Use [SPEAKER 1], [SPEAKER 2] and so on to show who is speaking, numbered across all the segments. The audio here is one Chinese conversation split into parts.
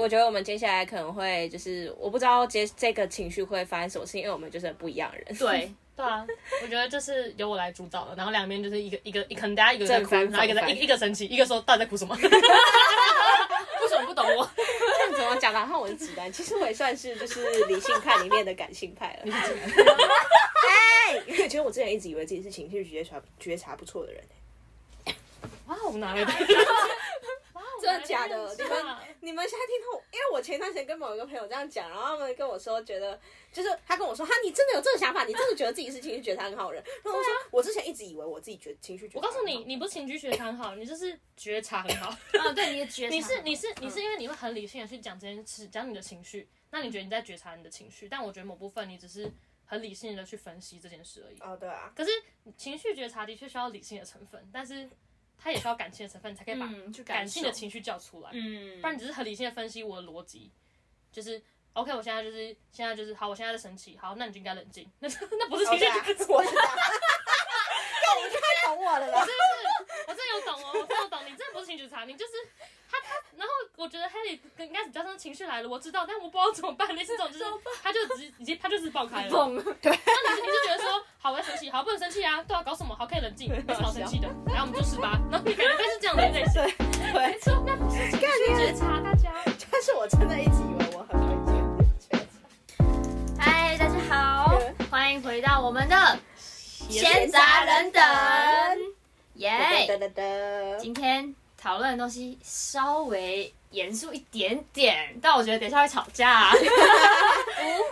[SPEAKER 1] 我觉得我们接下来可能会就是，我不知道接这个情绪会发生什么事情，因为我们就是不一样的人。
[SPEAKER 2] 对。对啊，我觉得就是由我来主导的，然后两边就是一个一个，一可能大家一个在哭，
[SPEAKER 1] 正反
[SPEAKER 2] 然后一个在
[SPEAKER 1] 反
[SPEAKER 2] 一一个生气，一个说到底在哭 什么，为什么不懂我？
[SPEAKER 1] 这样怎么讲的？然后我是直男，其实我也算是就是理性派里面的感性派了。 你是直男？哎，因为其实我之前一直以为自己是情绪觉察觉察不错的人、
[SPEAKER 2] 哇，我哪来的？
[SPEAKER 1] 真的假的？你
[SPEAKER 2] 真
[SPEAKER 1] 们你们现在听到，因为我前段时间跟某一个朋友这样讲，然后他们跟我说，觉得就是他跟我说，哈，你真的有这个想法，你真的觉得自己是情绪觉察很好的人。然 后我说，我之前一直以为我自己觉情绪觉察
[SPEAKER 2] 我
[SPEAKER 1] 很
[SPEAKER 2] 告
[SPEAKER 1] 好，
[SPEAKER 2] 诉你，你不是情绪学很好，你就是觉察很 好。
[SPEAKER 3] 嗯，对，你的觉察，
[SPEAKER 2] 你是你是你
[SPEAKER 1] 嗯
[SPEAKER 2] 是因为你会很理性的去讲这件事，讲你的情绪，那你觉得你在觉察你的情绪，但我觉得某部分你只是很理性的去分析这件事而已。
[SPEAKER 1] 哦，对啊，
[SPEAKER 2] 可是情绪觉察的确需要理性的成分，但是它也需要感性的成分，你才可以把
[SPEAKER 3] 嗯，去
[SPEAKER 2] 感性的
[SPEAKER 3] 受，
[SPEAKER 2] 情绪叫出来。
[SPEAKER 3] 嗯
[SPEAKER 2] 不，然你只是很理性的分析我的逻辑，就是 OK，我现在就是现在就是好，我现在在生气，好，那你就应该冷静， 那那不是
[SPEAKER 1] 哦，
[SPEAKER 2] 情绪
[SPEAKER 1] 对
[SPEAKER 2] 觉
[SPEAKER 1] 啊
[SPEAKER 2] 察。，
[SPEAKER 1] 我知道，那你太懂我了吧？
[SPEAKER 2] 我真的有懂哦，我真的有懂，你真的不是情绪差，你就是他他，然后我觉得 Haley 跟应该是比较像情绪来了，我知道，但我不知道怎么办，类似这种就是他就只已经他就是爆开了，
[SPEAKER 3] 蹦，
[SPEAKER 2] 那 你就你就觉得说好我要生气，好不能生气啊，对啊，搞什么好可以冷静，没什么好生气的，然后我们就十八，然后你感觉是这样的类型，
[SPEAKER 1] 对
[SPEAKER 2] 没，错，那不是情绪觉察，大家
[SPEAKER 1] 但是我真的一直以为我很会情绪觉察。
[SPEAKER 3] 嗨，大家好，欢迎回到我们的闲杂人等，耶、
[SPEAKER 1] 噔噔噔噔，
[SPEAKER 3] 今天讨论的东西稍微严肃一点点，但我觉得等一下会吵架啊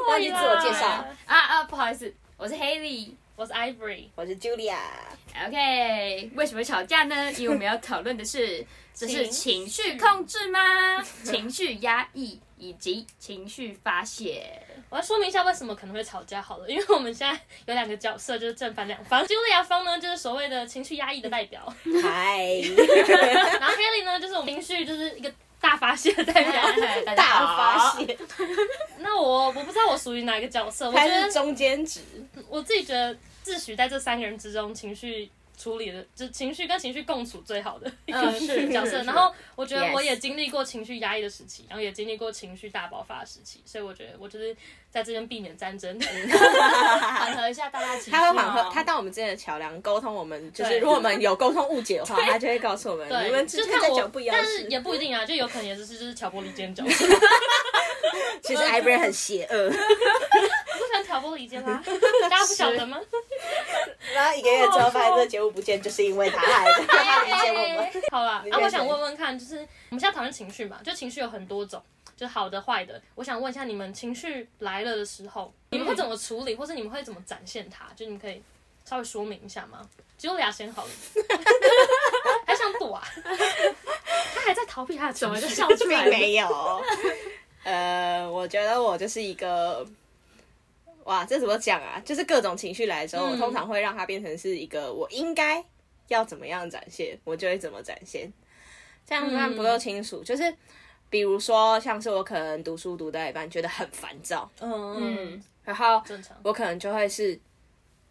[SPEAKER 1] 那你自我介绍，
[SPEAKER 3] 啊啊！不好意思，我是 Haley。
[SPEAKER 2] 我是 Ivory，
[SPEAKER 1] 我是 Julia。
[SPEAKER 3] OK，为什么会吵架呢？因为我们要讨论的是，这是情
[SPEAKER 2] 情绪
[SPEAKER 3] 绪控制吗？情绪压抑以及情绪发泄。
[SPEAKER 2] 我要说明一下为什么可能会吵架好了，因为我们现在有两个角色，就是正反两方。Julia 方呢，就是所谓的情绪压抑的代 表，
[SPEAKER 1] 嗨，
[SPEAKER 2] 然后 Haley 呢，就是我们情绪就是一个大发泄的代表。
[SPEAKER 3] 大家
[SPEAKER 1] 大发
[SPEAKER 3] 好，
[SPEAKER 1] 泄，
[SPEAKER 2] 那我我不知道我属于哪一个角色，我觉
[SPEAKER 1] 还是
[SPEAKER 2] 得
[SPEAKER 1] 中间值？
[SPEAKER 2] 我自己觉得自诩在这三个人之中，情绪处理的，就情绪跟情绪共处最好的一个
[SPEAKER 3] 嗯是
[SPEAKER 2] 角色。
[SPEAKER 3] 是
[SPEAKER 2] 然后我觉得
[SPEAKER 3] Yes
[SPEAKER 2] 我也经历过情绪压抑的时期，然后也经历过情绪大爆发的时期，所以我觉得我就是在这边避免战 争。
[SPEAKER 3] 缓和一下大家情绪哦。
[SPEAKER 1] 他会
[SPEAKER 2] 啊
[SPEAKER 1] 缓和，他当我们之间的桥梁，沟通我们，就是
[SPEAKER 2] 嗯对
[SPEAKER 1] 如果我们有沟通误解的 话，他就会告诉我们，
[SPEAKER 2] 对，
[SPEAKER 1] 你们
[SPEAKER 2] 就
[SPEAKER 1] 之
[SPEAKER 2] 是
[SPEAKER 1] 间
[SPEAKER 2] 看
[SPEAKER 1] 在
[SPEAKER 2] 我，
[SPEAKER 1] 讲不一样的
[SPEAKER 2] 但是
[SPEAKER 1] 事。
[SPEAKER 2] 也不一定啊，就有可能也是就是挑拨离间角色。
[SPEAKER 1] 其实
[SPEAKER 2] 呃
[SPEAKER 1] i b r a 很邪恶，
[SPEAKER 2] 我不喜欢挑拨离间 啦，大家不晓得吗？
[SPEAKER 1] 然后一个月之后发现这个节目不见，就是因为他 害的，他理解我们。
[SPEAKER 2] 好啦，
[SPEAKER 1] 你
[SPEAKER 2] 啊，
[SPEAKER 1] 可以
[SPEAKER 2] 我想问问看，就是我们现在讨论情绪嘛，就情绪有很多种，就是好的、坏的。我想问一下，你们情绪来了的时候，你
[SPEAKER 1] 嗯
[SPEAKER 2] 们会怎么处理，或是你们会怎么展现它？就你们可以稍微说明一下吗？只有俩先好了， 还想躲啊？他还在逃避他的
[SPEAKER 3] 怎
[SPEAKER 2] 情
[SPEAKER 3] 么就
[SPEAKER 2] 绪，
[SPEAKER 3] 笑出
[SPEAKER 1] 并
[SPEAKER 3] 来了？
[SPEAKER 1] 没有。 呃，我觉得我就是一个，哇，这怎么讲啊？就是各种情绪来的时候，
[SPEAKER 2] 嗯
[SPEAKER 1] 我通常会让它变成是一个我应该要怎么样展现，我就会怎么展现。这样慢不够清楚，就是比如说，像是我可能读书读到一半觉得很烦躁，
[SPEAKER 2] 嗯，
[SPEAKER 3] 嗯，
[SPEAKER 1] 然后
[SPEAKER 2] 正常。
[SPEAKER 1] 我可能就会是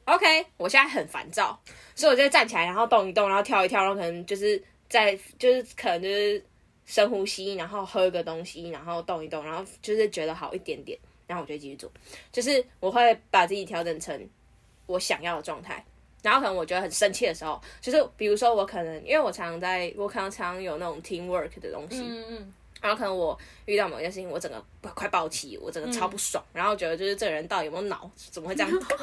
[SPEAKER 1] ，OK，我现在很烦躁，所以我就会站起来，然后动一动，然后跳一跳，然后可能就是在就是可能就是深呼吸，然后喝一个东西，然后动一动，然后就是觉得好一点点，然后我就继续做，就是我会把自己调整成我想要的状态。然后可能我觉得很生气的时候，就是比如说我可能因为我常常在我可能常常有那种 team work 的东西，
[SPEAKER 2] 嗯嗯
[SPEAKER 1] 然后可能我遇到某一件事情，我整个快快爆气，我整个
[SPEAKER 2] 嗯
[SPEAKER 1] 超不爽，然后觉得就是这个人到底有没有脑，怎么会这 样搞？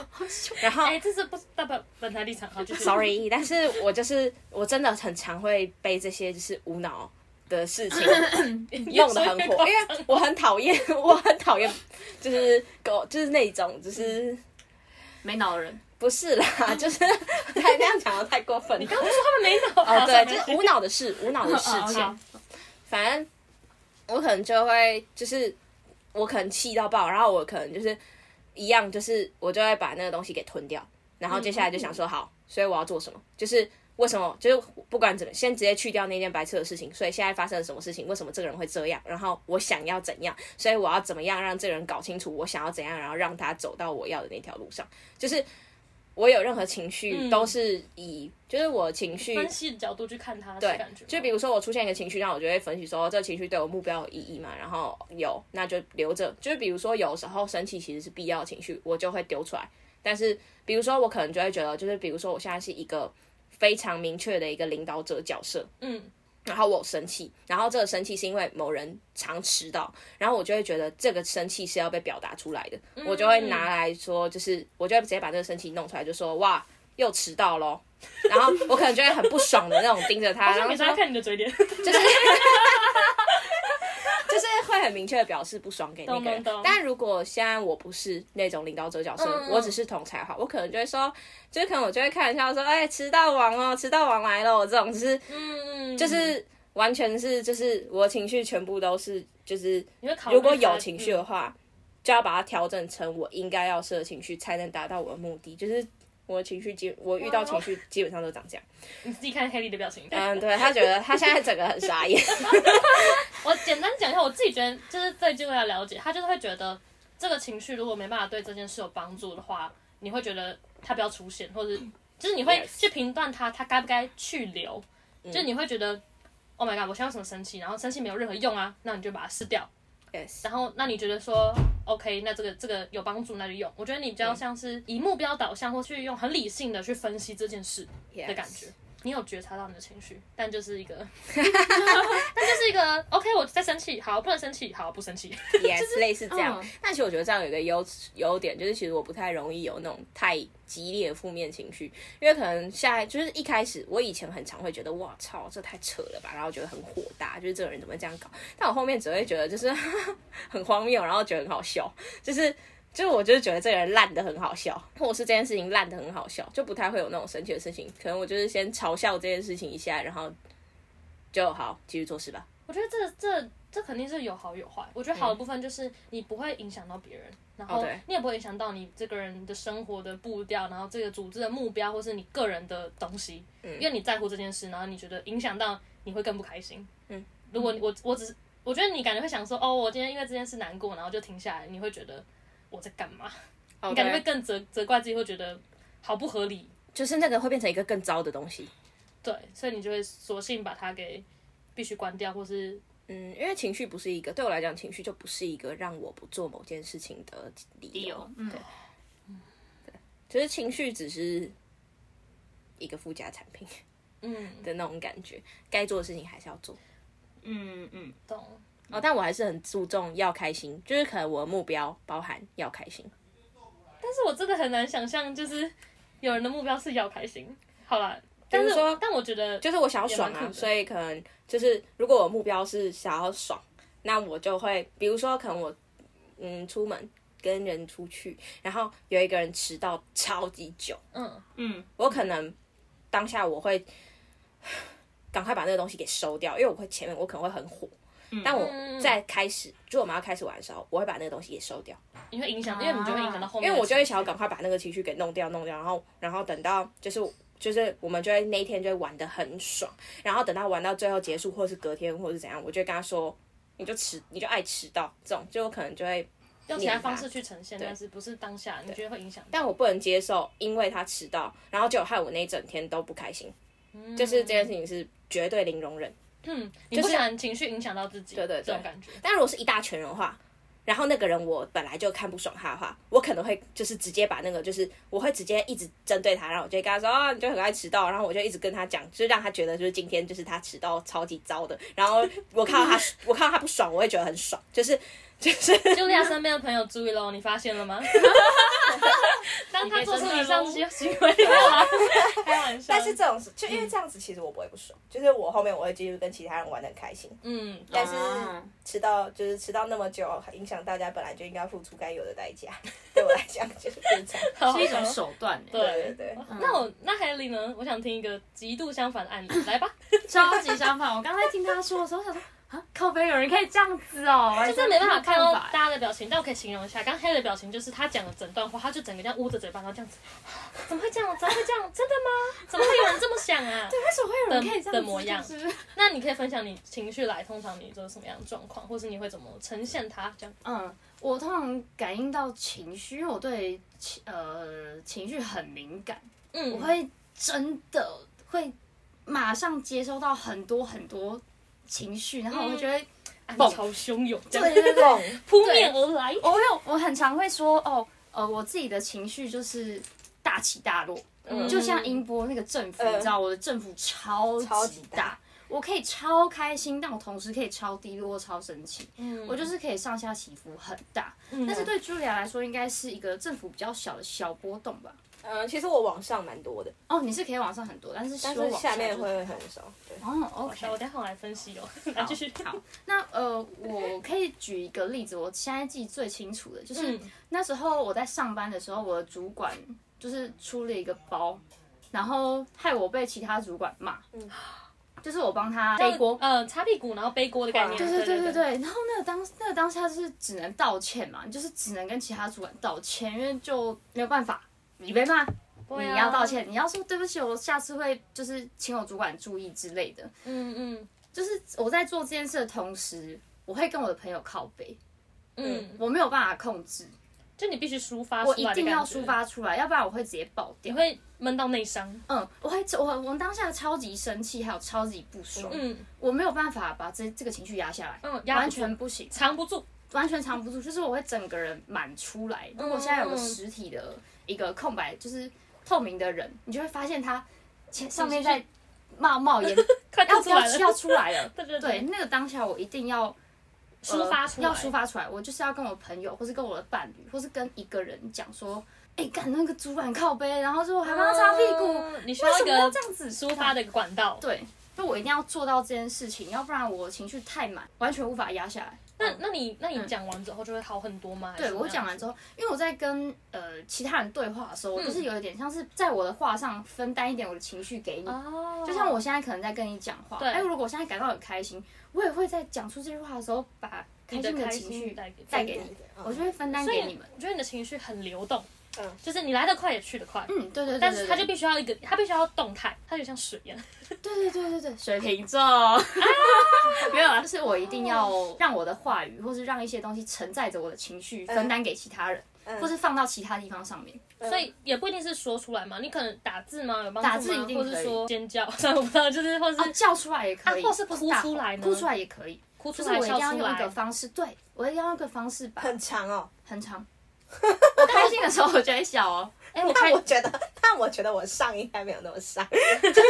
[SPEAKER 1] 然后
[SPEAKER 2] 嗯，哎，这是不代表本台立场啊，就是
[SPEAKER 1] sorry，但是我就是我真的很常会被这些就是无脑的事 情弄得很火，因为我很讨厌，我很讨厌就是狗，就是那种就是
[SPEAKER 3] 没脑的人，
[SPEAKER 1] 不是啦，就是 太那样讲的太过分了
[SPEAKER 2] 你。刚刚不是说他们没脑
[SPEAKER 1] 哦，
[SPEAKER 2] 啊
[SPEAKER 1] 对，就是无脑的事，无脑的 事
[SPEAKER 3] 哦
[SPEAKER 1] 情
[SPEAKER 3] 好。
[SPEAKER 1] 反正我可能就会就是我可能气到爆，然后我可能就是一样，就是我就会把那个东西给吞掉，然后接下来就想说好，所以我要做什么，就是。为什么？就是不管怎么，先直接去掉那件白痴的事情。所以现在发生了什么事情？为什么这个人会这样？然后我想要怎样？所以我要怎么样让这个人搞清楚我想要怎样，然后让他走到我要的那条路上。就是我有任何情绪
[SPEAKER 2] 嗯
[SPEAKER 1] 都是以就是我情绪
[SPEAKER 2] 分析的角度去看他的
[SPEAKER 1] 对
[SPEAKER 2] 感觉吗，
[SPEAKER 1] 就比如说我出现一个情绪，那我就会分析说这个情绪对我目标有意义嘛，然后有那就留着。就是比如说有时候生气其实是必要的情绪，我就会丢出来。但是比如说我可能就会觉得，就是比如说我现在是一个非常明确的一个领导者角色，
[SPEAKER 2] 嗯，
[SPEAKER 1] 然后我有生气，然后这个生气是因为某人常迟到，然后我就会觉得这个生气是要被表达出来的，
[SPEAKER 2] 嗯
[SPEAKER 1] 我就会拿来说，就是我就会直接把这个生气弄出来，就说哇又迟到咯。然后我可能就会很不爽的那种盯着他，然
[SPEAKER 2] 就
[SPEAKER 1] 后
[SPEAKER 2] 给
[SPEAKER 1] 说
[SPEAKER 2] 大家看你的嘴脸，
[SPEAKER 1] 就是 就是会很明确的表示不爽给那个人
[SPEAKER 2] 懂懂懂。
[SPEAKER 1] 但如果现在我不是那种领导者角色，
[SPEAKER 2] 嗯嗯
[SPEAKER 1] 我只是同才的话，我可能就会说，就是可能我就会开玩笑说，哎、迟到王哦，迟到王来了，我这种就是
[SPEAKER 2] 嗯，
[SPEAKER 1] 就是完全是就是我情绪全部都是就是
[SPEAKER 2] 你会考虑
[SPEAKER 1] 如果
[SPEAKER 2] 他嗯
[SPEAKER 1] 有情绪的话，就要把它调整成我应该要设的情绪，才能达到我的目的。就是我的情绪基，我遇
[SPEAKER 2] 哦
[SPEAKER 1] 到情绪基本上都长这样。
[SPEAKER 2] 嗯你自己看 Haley 的表 情，
[SPEAKER 1] 嗯，对他觉得他现在整个很傻 眼。
[SPEAKER 2] 我简单讲一下，我自己觉得就是对这个要了解，他就是会觉得这个情绪如果没办法对这件事有帮助的话，你会觉得他不要出现，或者就是你会
[SPEAKER 1] Yes
[SPEAKER 2] 去评断他，他该不该去留，就你会觉得。Oh my god！我现在为什么生气？然后生气没有任何用啊，那你就把它撕掉。
[SPEAKER 1] yes，
[SPEAKER 2] 然后，那你觉得说 OK，那这个这个有帮助，那就用。我觉得你比较像是以目标导向，或去用很理性的去分析这件事。的感觉。你有觉察到你的情绪，但就是一个， 但就是一个 OK，我在生气，好，不能生气，好，不生气。
[SPEAKER 1] yes，类似这样
[SPEAKER 3] 嗯。
[SPEAKER 1] 但其实我觉得这样有一个优优点，就是其实我不太容易有那种太激烈的负面情绪，因为可能下就是一开始我以前很常会觉得哇操，这太扯了吧，然后觉得很火大，就是这个人怎么会这样搞？但我后面只会觉得就是 很荒谬，然后觉得很好笑，就是。就是我就是觉得这个人烂的很好笑，或者是这件事情烂的很好笑，就不太会有那种生气的事情。可能我就是先嘲笑这件事情一下，然后就好继续做事吧。
[SPEAKER 2] 我觉得这这这肯定是有好有坏。我觉得好的部分就是你不会影响到别人，然
[SPEAKER 1] 嗯哦
[SPEAKER 2] 后
[SPEAKER 1] 对
[SPEAKER 2] 你也不会影响到你这个人的生活的步调，然后这个组织的目标或是你个人的东西，
[SPEAKER 1] 嗯
[SPEAKER 2] 因为你在乎这件事，然后你觉得影响到你会更不开心。
[SPEAKER 1] 嗯，
[SPEAKER 2] 如果你我我只是我觉得你感觉会想说，哦，我今天因为这件事难过，然后就停下来，你会觉得我在干嘛？
[SPEAKER 1] 你
[SPEAKER 2] 你感觉会更责责怪自己，会觉得好不合理。
[SPEAKER 1] 就是那个会变成一个更糟的东西。
[SPEAKER 2] 对，所以你就会索性把它给必须关掉，或是
[SPEAKER 1] 嗯，因为情绪不是一个对我来讲，情绪就不是一个让我不做某件事情的理
[SPEAKER 3] 理
[SPEAKER 1] 由
[SPEAKER 3] 由，，嗯，
[SPEAKER 1] 就是情绪只是一个附加产品
[SPEAKER 2] 嗯
[SPEAKER 1] 的那种感觉，该做的事情还是要做。
[SPEAKER 3] 嗯嗯，
[SPEAKER 2] 懂。
[SPEAKER 1] 哦，但我还是很注重要开心，就是可能我的目标包含要开心。
[SPEAKER 2] 但是我真的很难想象，就是有人的目标是要开心。好啦，但
[SPEAKER 1] 如
[SPEAKER 2] 是
[SPEAKER 1] 说
[SPEAKER 2] 但我觉得
[SPEAKER 1] 就是我想要爽
[SPEAKER 2] 也蛮
[SPEAKER 1] 啊
[SPEAKER 2] 酷，的
[SPEAKER 1] 所以可能就是如果我目标是想要爽，那我就会，比如说可能我嗯出门跟人出去，然后有一个人迟到超级久，
[SPEAKER 2] 嗯，
[SPEAKER 1] 我可能当下我会 赶快把那个东西给收掉，因为我会前面我可能会很火，
[SPEAKER 2] 嗯
[SPEAKER 1] 但我在开始，就我们要开始玩的时候，我会把那个东西给收掉，
[SPEAKER 2] 你会影响，因为你就会影响到后
[SPEAKER 1] 啊因
[SPEAKER 2] 面的情绪，
[SPEAKER 1] 为我就会想要赶快把那个情绪给弄掉，弄掉，然后然后等到就是。就是我们就会那一天就会玩的很爽，然后等到玩到最后结束，或是隔天，或是怎样，我就会跟他说，你就迟，你就爱迟到这种，就我可能就会
[SPEAKER 2] 用其他方式去呈现，但是不是当下，你觉得会影响？
[SPEAKER 1] 但我不能接受，因为他迟到，然后就害我那一整天都不开心。就是这件事情是绝对零容忍。
[SPEAKER 2] 嗯，你不想情绪影响到自己，
[SPEAKER 1] 对对对
[SPEAKER 2] 这种感觉。
[SPEAKER 1] 但如果是一大群人的话，然后那个人我本来就看不爽他的话，我可能会就是直接把那个就是我会直接一直针对他，然后我就会跟他说啊，你就很爱迟到，然后我就一直跟他讲，就是让他觉得就是今天就是他迟到超级糟的。然后我看到 他，我看到他不爽，我会觉得很爽，就是就是。
[SPEAKER 2] 茱莉亚身边的朋友注意喽，你发现 了吗？当他做出以上这些行为的话，开玩笑。
[SPEAKER 1] 但是这种事，就因为这样子，其实我不会不爽，就是我后面我会继续跟其他人玩的很开心。
[SPEAKER 2] 嗯，
[SPEAKER 1] 但是
[SPEAKER 3] 啊
[SPEAKER 1] 迟到就是迟到那么久，影响大家本来就应该付出该有的代价。对我来讲就是这样。
[SPEAKER 3] 是一种手段，欸
[SPEAKER 2] 对
[SPEAKER 1] 对对对
[SPEAKER 2] 那我那 Haley 呢？我想听一个极度相反的案例，来吧。
[SPEAKER 3] 超级相反。我刚才听他说的时候，我想说啊，啊，靠背有人可以这样子哦，
[SPEAKER 2] 就
[SPEAKER 3] 真
[SPEAKER 2] 是没办法看到
[SPEAKER 3] 法。
[SPEAKER 2] 大家的表情，但我可以形容一下，刚黑的表情就是他讲了整段话，他就整个这样捂着嘴巴，然后 这样子，怎么会这样？怎么会这样？真的吗？ 怎么会有人这么想 啊？
[SPEAKER 3] 为什么会有人可以这样子
[SPEAKER 2] 的模样
[SPEAKER 3] 就是
[SPEAKER 2] 那你可以分享你情绪来，通常你都是什么样的状况，或是你会怎么呈现它？这样
[SPEAKER 3] 嗯，我通常感应到情绪，因为我对情呃情绪很敏感，
[SPEAKER 2] 嗯
[SPEAKER 3] 我会真的会马上接收到很多很多情绪，然后我会觉得、
[SPEAKER 2] 暗
[SPEAKER 3] 蹦
[SPEAKER 2] 潮汹涌，这样
[SPEAKER 3] 对对对，哦
[SPEAKER 2] 扑面而来。
[SPEAKER 3] 我有我很常会说哦呃我自己的情绪就是大起大落，
[SPEAKER 1] 嗯
[SPEAKER 3] 就像音波那个振幅，
[SPEAKER 1] 嗯
[SPEAKER 3] 你知道我的振幅超
[SPEAKER 1] 超级
[SPEAKER 3] 级大。我可以超开心，但我同时可以超低落、超生气，
[SPEAKER 2] 嗯
[SPEAKER 3] 我就是可以上下起伏很大。
[SPEAKER 1] 嗯
[SPEAKER 3] 但是对茱莉亚来说，应该是一个振幅比较小的小波动吧？
[SPEAKER 1] 嗯，其实我往上蛮多的，
[SPEAKER 3] 哦，你是可以往上很多，但是
[SPEAKER 1] 但
[SPEAKER 3] 说
[SPEAKER 1] 是
[SPEAKER 3] 往
[SPEAKER 1] 下
[SPEAKER 3] 下
[SPEAKER 1] 面
[SPEAKER 3] 就
[SPEAKER 1] 会很少。对，
[SPEAKER 3] 哦
[SPEAKER 2] 好的
[SPEAKER 3] ，OK，
[SPEAKER 2] 我等一下我来分析哦。 来继续。
[SPEAKER 3] 好， 那呃，我可以举一个例子，我现在记得最清楚的就是、那时候我在上班的时候，我的主管就是出了一个包，然后害我被其他主管骂，
[SPEAKER 1] 嗯
[SPEAKER 3] 就是我帮他背锅。
[SPEAKER 2] 呃，擦屁股然后背锅的概念。
[SPEAKER 1] 对
[SPEAKER 2] 对
[SPEAKER 3] 对对对
[SPEAKER 2] 对
[SPEAKER 3] 对对，然后那个当那个当下就是只能道歉嘛，你就是只能跟其他主管道歉，因为就没有办法，你被骂，
[SPEAKER 2] 对
[SPEAKER 3] 你
[SPEAKER 2] 啊
[SPEAKER 3] 要道。歉，你要说对不起，我下次会就是请我主管注意之类的。
[SPEAKER 2] 嗯嗯
[SPEAKER 3] 就是我在做这件事的同时，我会跟我的朋友靠背，
[SPEAKER 2] 嗯，
[SPEAKER 3] 我没有办法控制，
[SPEAKER 2] 就你必须抒发出来
[SPEAKER 3] 我
[SPEAKER 2] 的
[SPEAKER 3] 一
[SPEAKER 2] 感觉，
[SPEAKER 3] 定要抒发出来，要不然我会直接爆
[SPEAKER 2] 你
[SPEAKER 3] 掉。
[SPEAKER 2] 会闷到内伤。
[SPEAKER 3] 嗯，我会我我当下超级生气，还有超级不爽，
[SPEAKER 2] 嗯
[SPEAKER 3] 我没有办法把这这个情绪压下来，
[SPEAKER 2] 嗯，压
[SPEAKER 3] 完
[SPEAKER 2] 不住
[SPEAKER 3] 全不行，
[SPEAKER 2] 藏不住。
[SPEAKER 3] 完全藏不住，就是我会整个人满出来。如果现在有
[SPEAKER 2] 嗯
[SPEAKER 3] 个实体的一个空白，就是透明的人，你就会发现他前上面在冒冒 烟，
[SPEAKER 2] 快
[SPEAKER 3] 要
[SPEAKER 2] 吐出来
[SPEAKER 3] 要
[SPEAKER 2] 了，
[SPEAKER 3] 要出来了。
[SPEAKER 2] 对对
[SPEAKER 3] 对，，那个当下我一定要
[SPEAKER 2] 抒发出来，
[SPEAKER 3] 呃
[SPEAKER 2] 哦
[SPEAKER 3] 要抒发出来，我就是要跟我朋友，或是跟我的伴侣，或是跟一个人讲说，哎、干那个主管靠背，然后就还帮他擦屁股，
[SPEAKER 2] 嗯你需
[SPEAKER 3] 为
[SPEAKER 2] 要
[SPEAKER 3] 什
[SPEAKER 2] 一
[SPEAKER 3] 么呃要
[SPEAKER 2] 个
[SPEAKER 3] 这样子
[SPEAKER 2] 抒发？的一个管道。
[SPEAKER 3] 对，就我一定要做到这件事情，要不然我情绪太满，完全无法压下来。
[SPEAKER 2] 那那你那你讲完之后就会好很多吗？还
[SPEAKER 3] 嗯对
[SPEAKER 2] 是
[SPEAKER 3] 我
[SPEAKER 2] 怎么
[SPEAKER 3] 讲
[SPEAKER 2] 样嗯
[SPEAKER 3] 完之后，因为我在跟呃其他人对话的时候，我就是有一点像是在我的话上分担一点我的情绪给你。
[SPEAKER 2] 哦，
[SPEAKER 3] 就像我现在可能在跟你讲话，
[SPEAKER 2] 对
[SPEAKER 3] 哎，如果我现在感到很开心，我也会在讲出这句话的时候，把开
[SPEAKER 2] 你的
[SPEAKER 3] 心的
[SPEAKER 2] 开
[SPEAKER 3] 情
[SPEAKER 2] 心
[SPEAKER 3] 绪
[SPEAKER 2] 带给
[SPEAKER 3] 带给你，
[SPEAKER 1] 嗯
[SPEAKER 3] 我就会分担
[SPEAKER 2] 所以
[SPEAKER 3] 给你们。
[SPEAKER 2] 我觉得你的情绪很流动，
[SPEAKER 1] 嗯
[SPEAKER 2] 就是你来得快也去得快。
[SPEAKER 3] 嗯，对对对对对，嗯
[SPEAKER 2] 但是它就必须要一个，它必须要动态，它就像水一样。
[SPEAKER 3] 对对对对对，啊水瓶座 没有啊，就是我一定要让我的话语，或是让一些东西承载着我的情绪，分担给其他人，
[SPEAKER 1] 嗯
[SPEAKER 3] 或是放到其他地方上面。
[SPEAKER 2] 所以也不一定是说出来嘛，你可能打字吗？有帮助吗？
[SPEAKER 3] 打字一定
[SPEAKER 2] 或
[SPEAKER 3] 可以
[SPEAKER 2] 是说尖叫， 虽然我不知道，就是或是
[SPEAKER 3] 哦，叫出来也可以，
[SPEAKER 2] 啊或是哭
[SPEAKER 3] 大吼
[SPEAKER 2] 出来呢
[SPEAKER 3] 哭出来也可以，
[SPEAKER 2] 哭出
[SPEAKER 3] 就是
[SPEAKER 2] 来、
[SPEAKER 3] 我一定
[SPEAKER 2] 笑
[SPEAKER 3] 要
[SPEAKER 2] 出
[SPEAKER 3] 用一个
[SPEAKER 2] 来。
[SPEAKER 3] 方式，对我一定要用一个方式把
[SPEAKER 1] 很长哦。
[SPEAKER 3] 很长。 我开心的时候我就会笑哦，
[SPEAKER 2] 哎，我
[SPEAKER 1] 但
[SPEAKER 2] 开
[SPEAKER 1] 我觉得，但我觉得我上应该没有那么上， 就是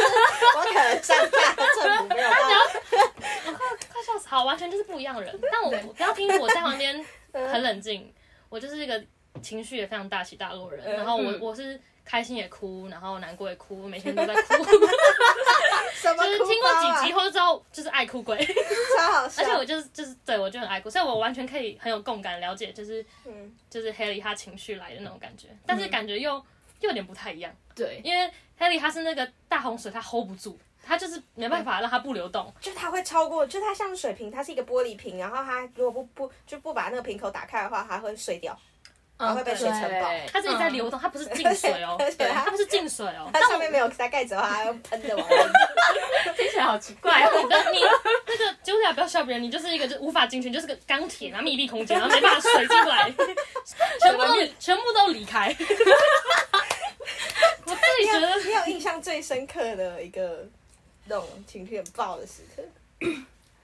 [SPEAKER 1] 我可能上大的政府没有到。
[SPEAKER 2] 快笑死，好，完全就是不一样 的人。但我我不要听我在旁边
[SPEAKER 1] 嗯
[SPEAKER 2] 很冷静，我就是一个情绪也非常大起大落的人。然后我
[SPEAKER 3] 嗯
[SPEAKER 2] 我是开心也哭，然后难过也哭，每天 都在哭。
[SPEAKER 1] 什么
[SPEAKER 2] 就是
[SPEAKER 1] 哭啊包
[SPEAKER 2] 听过
[SPEAKER 1] 啊
[SPEAKER 2] 几集，后就知道，就是爱哭鬼。
[SPEAKER 1] 超好笑。
[SPEAKER 2] 而且我就是就是对我就很爱哭，所以我完全可以很有共感，了解就是
[SPEAKER 1] 嗯
[SPEAKER 2] 就是 Haley 他情绪来的那种感觉，但是感觉又又有点不太一样，
[SPEAKER 3] 对，
[SPEAKER 2] 因为 Haley 他是那个大洪水，他 hold 不住，他就是没办法让它不流动。
[SPEAKER 1] 就它会超过，就它像水瓶，它是一个玻璃瓶，然后它如果不不就不把那个瓶口打开的话，它会碎掉，然后会被水
[SPEAKER 3] 嗯对
[SPEAKER 1] 承包。
[SPEAKER 2] 它自己在流动，它不是进水哦，
[SPEAKER 1] 嗯对
[SPEAKER 2] 对，
[SPEAKER 1] 对
[SPEAKER 2] 它不是进水哦。
[SPEAKER 1] 它上面没有塞盖子的话，它会喷的往外面。
[SPEAKER 3] 嗯，听起来好奇怪
[SPEAKER 2] 你
[SPEAKER 3] 哦。
[SPEAKER 2] 的你那个 Julia 不要笑别人，你就是一个就无法进去，你就是个钢铁，然后密闭空间，然后没办法水进 来，全部都全部都离开。我自己觉得
[SPEAKER 1] 你有印象最深刻的一个那种情绪很爆的时刻？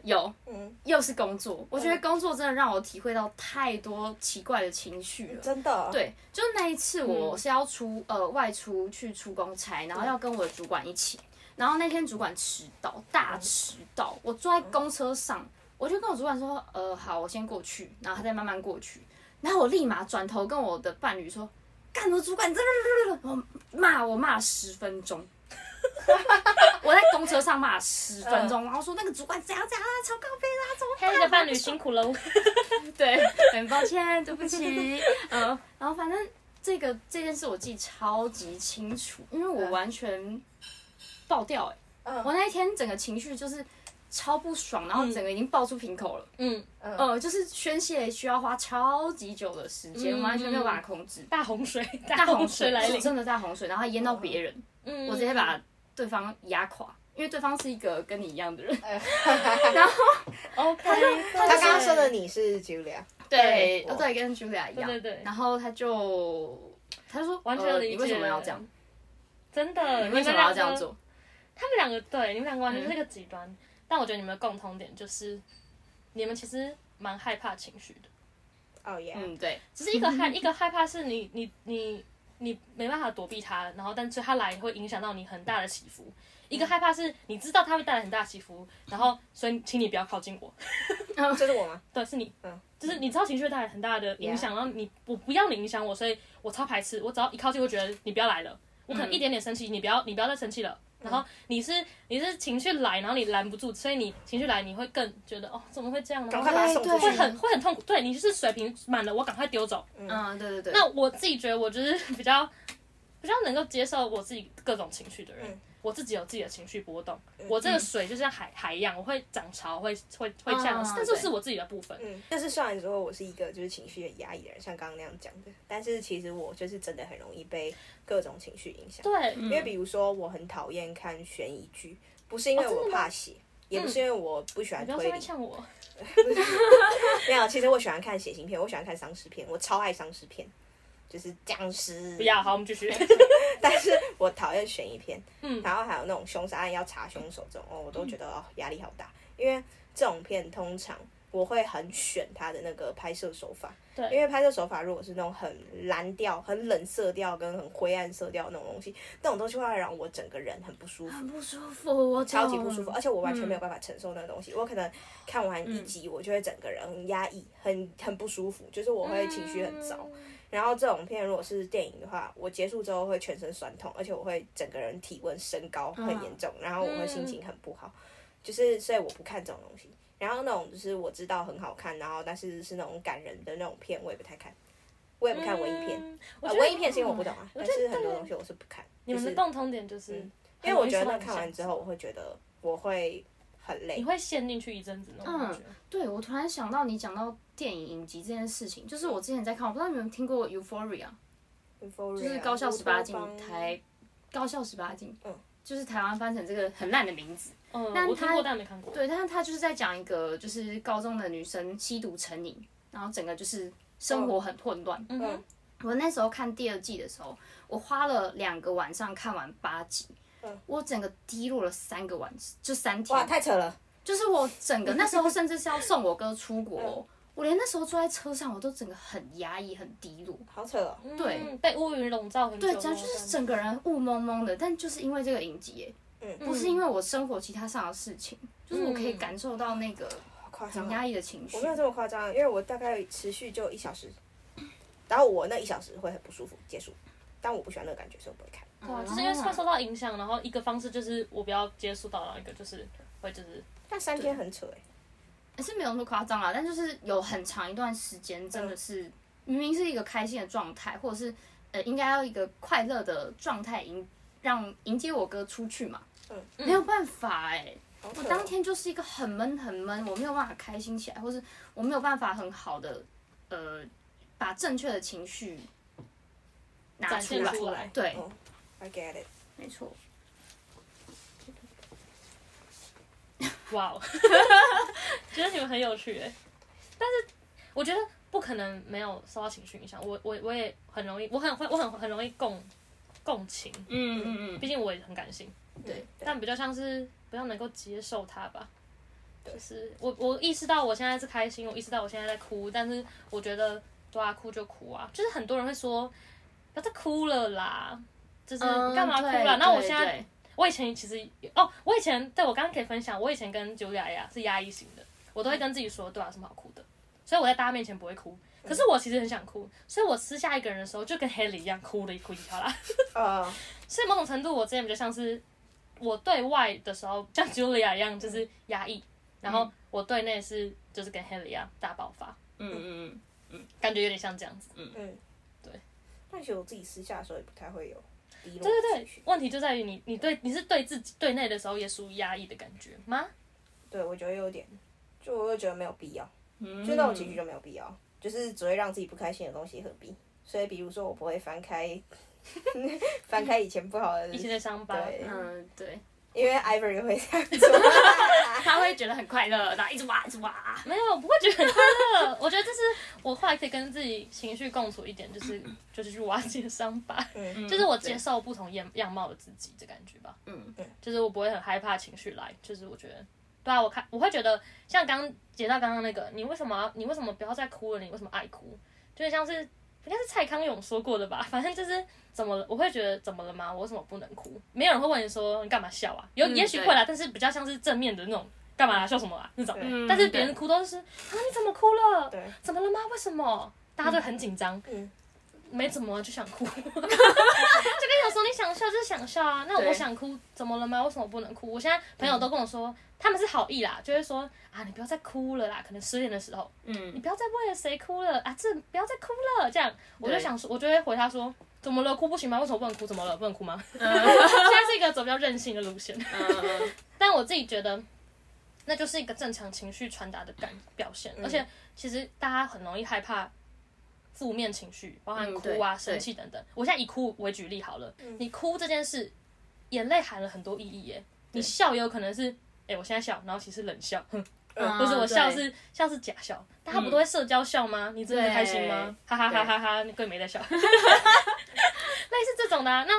[SPEAKER 3] 有，
[SPEAKER 1] 嗯，
[SPEAKER 3] 又是工作，我觉得工作真的让我体会到太多奇怪的情绪了。
[SPEAKER 1] 真的哦、
[SPEAKER 3] 对，就那一次
[SPEAKER 2] 嗯
[SPEAKER 3] 我是要出、呃外出去出公差，然后要跟我的主管一起，然后那天主管迟
[SPEAKER 2] 哦
[SPEAKER 3] 到，大迟到，我坐在公车上，我就跟我主管说，呃，好，我先过去，然后他再慢慢过去，然后我立马转头跟我的伴侣说，干，我主管真的，我骂我骂了十分钟。 我在公车上骂了十分钟，然后说那个主管怎样怎样啊，超高飞啦、怎么
[SPEAKER 2] Haley 嗯的伴侣辛苦喽。
[SPEAKER 3] 对，很抱歉，对 不起。嗯，然后反正这个这件事我记得超级清楚，因为我完全爆掉、欸。
[SPEAKER 1] 嗯
[SPEAKER 3] 我那一天整个情绪就是超不爽，然后整个已经爆出瓶口了。
[SPEAKER 2] 嗯，
[SPEAKER 3] 呃，就是宣泄需要花超级久的时间，
[SPEAKER 2] 嗯
[SPEAKER 3] 完全没有办法控制。
[SPEAKER 2] 大洪水，
[SPEAKER 3] 大
[SPEAKER 2] 大
[SPEAKER 3] 洪
[SPEAKER 2] 水
[SPEAKER 3] 水
[SPEAKER 2] 来
[SPEAKER 3] 是
[SPEAKER 2] 临，
[SPEAKER 3] 真的大洪水，然后还淹到别人，
[SPEAKER 2] 嗯
[SPEAKER 3] 我直接把对方压垮，因为对方是一个跟你一样的人。
[SPEAKER 2] 哎 OK，
[SPEAKER 1] 他刚刚说的你是 Julia，
[SPEAKER 3] 对，
[SPEAKER 1] 我
[SPEAKER 3] 哦对，跟 Julia 一样。
[SPEAKER 2] 对对对
[SPEAKER 3] 然后他就他说，
[SPEAKER 2] 完全
[SPEAKER 3] 呃
[SPEAKER 2] 理
[SPEAKER 3] 你为什
[SPEAKER 2] 解
[SPEAKER 3] 么要这样？
[SPEAKER 2] 真的，
[SPEAKER 3] 你
[SPEAKER 2] 你
[SPEAKER 3] 为
[SPEAKER 2] 们
[SPEAKER 3] 什么要
[SPEAKER 2] 两
[SPEAKER 3] 这样
[SPEAKER 2] 个，
[SPEAKER 3] 做？嗯
[SPEAKER 2] 他们两个对你们两个完全是个极端，但我觉得你们的共同点就是，你们其实蛮害怕情绪的，
[SPEAKER 1] 哦耶，
[SPEAKER 3] 嗯，对，
[SPEAKER 2] 只是一个害一个害怕是你你你你没办法躲避它，然后但是它来会影响到你很大的起伏。一个害怕是你知道它会带来很大的起伏，然后所以请你不要靠近我，
[SPEAKER 1] 这是我吗？
[SPEAKER 2] 对，是你，
[SPEAKER 1] 嗯
[SPEAKER 2] 就是你知道情绪会带来很大的影响然后你我不要你影响我，所以我超排斥，我只要一靠近，我觉得你不要来了，
[SPEAKER 1] 嗯
[SPEAKER 2] 我可能一点点生气，你不要你不要再生气了。然后你是你是情绪来，然后你拦不住，所以你情绪来，你会更觉得哦，怎么会这样呢？
[SPEAKER 1] 赶快
[SPEAKER 2] 会
[SPEAKER 1] 把他送出
[SPEAKER 3] 对
[SPEAKER 1] 去
[SPEAKER 3] 对。
[SPEAKER 2] 很会很痛苦。对你就是水平满了，我赶快丢走。
[SPEAKER 3] 嗯，对对对。
[SPEAKER 2] 那我自己觉得我就是 比较比较能够接受我自己各种情绪的人。
[SPEAKER 1] 嗯
[SPEAKER 2] 我自己有自己的情绪波动，我
[SPEAKER 3] 嗯
[SPEAKER 2] 这个水就像海海一样，我会涨潮，会会会这样，
[SPEAKER 3] 嗯
[SPEAKER 2] 但这
[SPEAKER 3] 对
[SPEAKER 2] 是我自己的部分。
[SPEAKER 1] 嗯，就是虽然说我是一个就是情绪很压抑的人，像刚刚那样讲的，但是其实我就是真的很容易被各种情绪影响。
[SPEAKER 2] 对，
[SPEAKER 3] 嗯
[SPEAKER 1] 因为比如说我很讨厌看悬疑剧，不是因
[SPEAKER 2] 哦
[SPEAKER 1] 为我怕血，也不是因为我不喜欢
[SPEAKER 2] 嗯你不
[SPEAKER 1] 推
[SPEAKER 2] 要这么
[SPEAKER 1] 理，
[SPEAKER 2] 呛我。
[SPEAKER 1] 没有，其实我喜欢看血腥片，我喜欢看丧尸片，我超爱丧尸片，就是僵尸。
[SPEAKER 2] 不要，好，我们继续。
[SPEAKER 1] 但是我讨厌悬疑片，
[SPEAKER 2] 嗯
[SPEAKER 1] 然后还有那种凶杀案要查凶手这种，哦，我都觉得哦压力好大，因为这种片通常我会很选它的那个拍摄手法，
[SPEAKER 2] 对
[SPEAKER 1] 因为拍摄手法如果是那种很蓝调、很冷色调跟很灰暗色调那种东西，那种东西会让我整个人很不舒服。
[SPEAKER 3] 很不舒服，我
[SPEAKER 1] 超级不
[SPEAKER 2] 哦
[SPEAKER 1] 舒服，
[SPEAKER 3] 懂
[SPEAKER 1] 而且我完全没
[SPEAKER 2] 嗯
[SPEAKER 1] 有办法承受那个东西。我可能看完一集，我就会整个人很压抑，很很不舒服，就是我会情绪很糟。
[SPEAKER 2] 嗯
[SPEAKER 1] 然后这种片如果是电影的话，我结束之后会全身酸痛，而且我会整个人体温升高很严重，
[SPEAKER 2] 啊
[SPEAKER 1] 然后我会心情很不好，就是所以我不看这种东西。然后那种就是我知道很好看，然后但是是那种感人的那种片，我也不太看，我也不看文艺片。
[SPEAKER 2] 嗯
[SPEAKER 1] 呃
[SPEAKER 2] 我觉得
[SPEAKER 1] 文艺片是因为我不懂啊，
[SPEAKER 2] 我
[SPEAKER 1] 但
[SPEAKER 2] 觉得
[SPEAKER 1] 是很多东西我是不看。
[SPEAKER 2] 你们
[SPEAKER 1] 就
[SPEAKER 2] 的
[SPEAKER 1] 是嗯
[SPEAKER 2] 共同点就是，
[SPEAKER 1] 因为我觉得那看完之
[SPEAKER 2] 后，
[SPEAKER 1] 后，我会觉得我会很累
[SPEAKER 2] 你。会陷进去一阵子那
[SPEAKER 3] 嗯
[SPEAKER 2] 种感觉。
[SPEAKER 3] 对，我突然想到你讲到电影影集这件事情，就是我之前在看，我不知道你们有没有听过《Euphoria》，就是
[SPEAKER 1] 啊
[SPEAKER 3] 高校十八禁台，高校十八禁，
[SPEAKER 1] 嗯
[SPEAKER 3] 就是台湾翻成这个很烂的名字。
[SPEAKER 2] 嗯，
[SPEAKER 3] 但
[SPEAKER 2] 我听
[SPEAKER 3] 他
[SPEAKER 2] 过但没看过。
[SPEAKER 3] 对，但是他就是在讲一个就是高中的女生吸毒成瘾，然后整个就是
[SPEAKER 1] 哦
[SPEAKER 3] 生活很混乱。
[SPEAKER 2] 嗯哼，
[SPEAKER 3] 我那时候看第二季的时候，我花了两个晚上看完八集，
[SPEAKER 1] 嗯
[SPEAKER 3] 我整个低落了三个晚，就三天
[SPEAKER 1] 哇，。太扯了！
[SPEAKER 3] 就是我整个那时候甚至是要送我哥出国哦、
[SPEAKER 1] 嗯
[SPEAKER 3] 我连那时候坐在车上我都整个很压抑、很低落。
[SPEAKER 1] 好扯哦。
[SPEAKER 2] 嗯
[SPEAKER 3] 对，
[SPEAKER 2] 被乌云笼罩很久。
[SPEAKER 3] 对，真的就是整个人雾蒙蒙的，但就是因为这个影集耶、
[SPEAKER 1] 嗯
[SPEAKER 3] 不是因为我生活其他上的事情，就是我可以感受到那个
[SPEAKER 1] 好夸张哦！
[SPEAKER 3] 很压抑的情绪
[SPEAKER 1] 我没。有这么夸张，因为我大概持续就一小时，然后我那一小时会很不舒服，结束。但我不喜欢那个感觉，所以我不会看。
[SPEAKER 2] 对啊，就是因为会受到影响，然后一个方式就是我不要接触到，然后一个就是会就是
[SPEAKER 1] 但三天很扯哎、
[SPEAKER 3] 是没有那么夸张啦，但就是有很长一段时间真的是、明明是一个开心的状态，或者是呃应该要一个快乐的状态迎让迎接我哥出去嘛，
[SPEAKER 1] 嗯
[SPEAKER 3] 没有办法哎、
[SPEAKER 1] 好扯
[SPEAKER 3] 我
[SPEAKER 1] 哦
[SPEAKER 3] 当天就是一个很闷很闷，我没有办法开心起来，或是我没有办法很好的呃把正确的情绪拿
[SPEAKER 2] 展
[SPEAKER 3] 出
[SPEAKER 2] 现
[SPEAKER 3] 来。
[SPEAKER 2] 出来
[SPEAKER 3] 对，
[SPEAKER 1] 哦 I get it。
[SPEAKER 3] 没错。
[SPEAKER 2] 哇哦， 觉得你们很有趣哎、但是我觉得不可能没有受到情绪影响，我我我也很容易，我很会，我很很容易共共情，
[SPEAKER 3] 嗯嗯嗯，
[SPEAKER 2] 毕竟我也很感性，
[SPEAKER 1] 嗯
[SPEAKER 3] 对
[SPEAKER 2] 但比较像是比较能够接受它吧。
[SPEAKER 1] 对
[SPEAKER 2] 就是我我意识到我现在是开心，我意识到我现在在哭，但是我觉得对啊，哭就哭啊，就是很多人会说不要再哭了啦，就是嗯
[SPEAKER 3] 嗯
[SPEAKER 2] 干嘛哭啦？那、我现在我以前其实有哦，我以前对我刚刚可以分享，我以前跟九雅雅是压抑型的，我都会跟自己说，对啊，有什么好哭的？所以我在大家面前不会哭，可是我其实很想哭，所以我私下一个人的时候就跟 Haley 一样哭了一哭一跳啦。
[SPEAKER 1] 呃，
[SPEAKER 2] 所以某种程度，我之前比较像是我对外的时候像 Julia
[SPEAKER 1] 嗯
[SPEAKER 2] 一样，就是压抑，然后我对内是就是跟 Haley 一样大爆发，
[SPEAKER 3] 嗯嗯嗯，
[SPEAKER 2] 感觉有点像这样子。
[SPEAKER 1] 嗯，
[SPEAKER 2] 对。
[SPEAKER 1] 但其实我自己私下的时候也不太会有低落
[SPEAKER 2] 对对
[SPEAKER 1] 的情
[SPEAKER 2] 对
[SPEAKER 1] 绪。，
[SPEAKER 2] 问题就在于你，你对你是对自己对内的时候也属于压抑的感觉吗？
[SPEAKER 1] 对我觉得有点，就我就觉得没有必要，
[SPEAKER 2] 嗯
[SPEAKER 1] 就那种情绪就没有必要，就是只会让自己不开心的东西何必？所以比如说我不会翻开 翻开以前不好的，
[SPEAKER 2] 以前的伤疤，
[SPEAKER 1] 对
[SPEAKER 3] 嗯， 对，
[SPEAKER 1] 因为 Ivory 会这样做，
[SPEAKER 3] 他会觉得很快乐，然后一直挖，一直挖。
[SPEAKER 2] 没有，我不会觉得很快乐。我觉得这是我后来可以跟自己情绪共处一点，就是就是去挖自己的伤疤，
[SPEAKER 1] 嗯
[SPEAKER 2] 就是我接受不同样样貌的自己的感觉吧。
[SPEAKER 3] 嗯，
[SPEAKER 2] 就是我不会很害怕情绪来，就是我觉得，对啊，我看我会觉得像刚接到刚刚那个，你为什么要你为什么不要再哭了？你为什么爱哭？就是像是应该是蔡康永说过的吧， 反正就是怎么了，我会觉得怎么了吗？我为什么不能哭？没有人会问你说你干嘛笑啊？有、
[SPEAKER 3] 嗯
[SPEAKER 2] 也许会啦，但是比较像是正面的那种，干嘛、啊、笑什么啊那种。
[SPEAKER 1] 对
[SPEAKER 2] 但是别人哭都是啊你怎么哭了？
[SPEAKER 1] 对，
[SPEAKER 2] 怎么了吗？为什么？大家都很紧张，
[SPEAKER 1] 嗯，
[SPEAKER 2] 没怎么啊就想哭。就跟你有时候你想笑就是想笑啊，那
[SPEAKER 3] 对
[SPEAKER 2] 我想哭怎么了吗？为什么不能哭？我现在朋友都跟我说，他们是好意啦，就会说啊你不要再哭了啦，可能失恋的时候，你
[SPEAKER 3] 嗯，
[SPEAKER 2] 不要再为了谁哭了啊，这不要再哭了这样。我就
[SPEAKER 3] 对
[SPEAKER 2] 想说，我就会回他说。怎么了？哭不行吗？为什么不能哭？怎么了？不能哭吗？
[SPEAKER 3] 嗯
[SPEAKER 2] 现在是一个走比较任性的路线，
[SPEAKER 3] 嗯
[SPEAKER 2] 但我自己觉得，那就是一个正常情绪传达的感
[SPEAKER 3] 嗯
[SPEAKER 2] 表现，而且其实大家很容易害怕负面情绪，包含
[SPEAKER 3] 嗯
[SPEAKER 2] 哭啊、
[SPEAKER 3] 对嗯
[SPEAKER 2] 生气等等。我现在以哭为举例好了，你哭这件事，眼泪含了很多意义耶。你笑也有可能是，哎、我现在笑，然后其实冷笑，哼
[SPEAKER 1] 嗯
[SPEAKER 2] 或者我笑
[SPEAKER 3] 对
[SPEAKER 2] 是笑是假笑。大家不都会社交笑吗？你真的开心吗？哈哈哈哈哈，你根本没 在笑，类似这种的、啊。那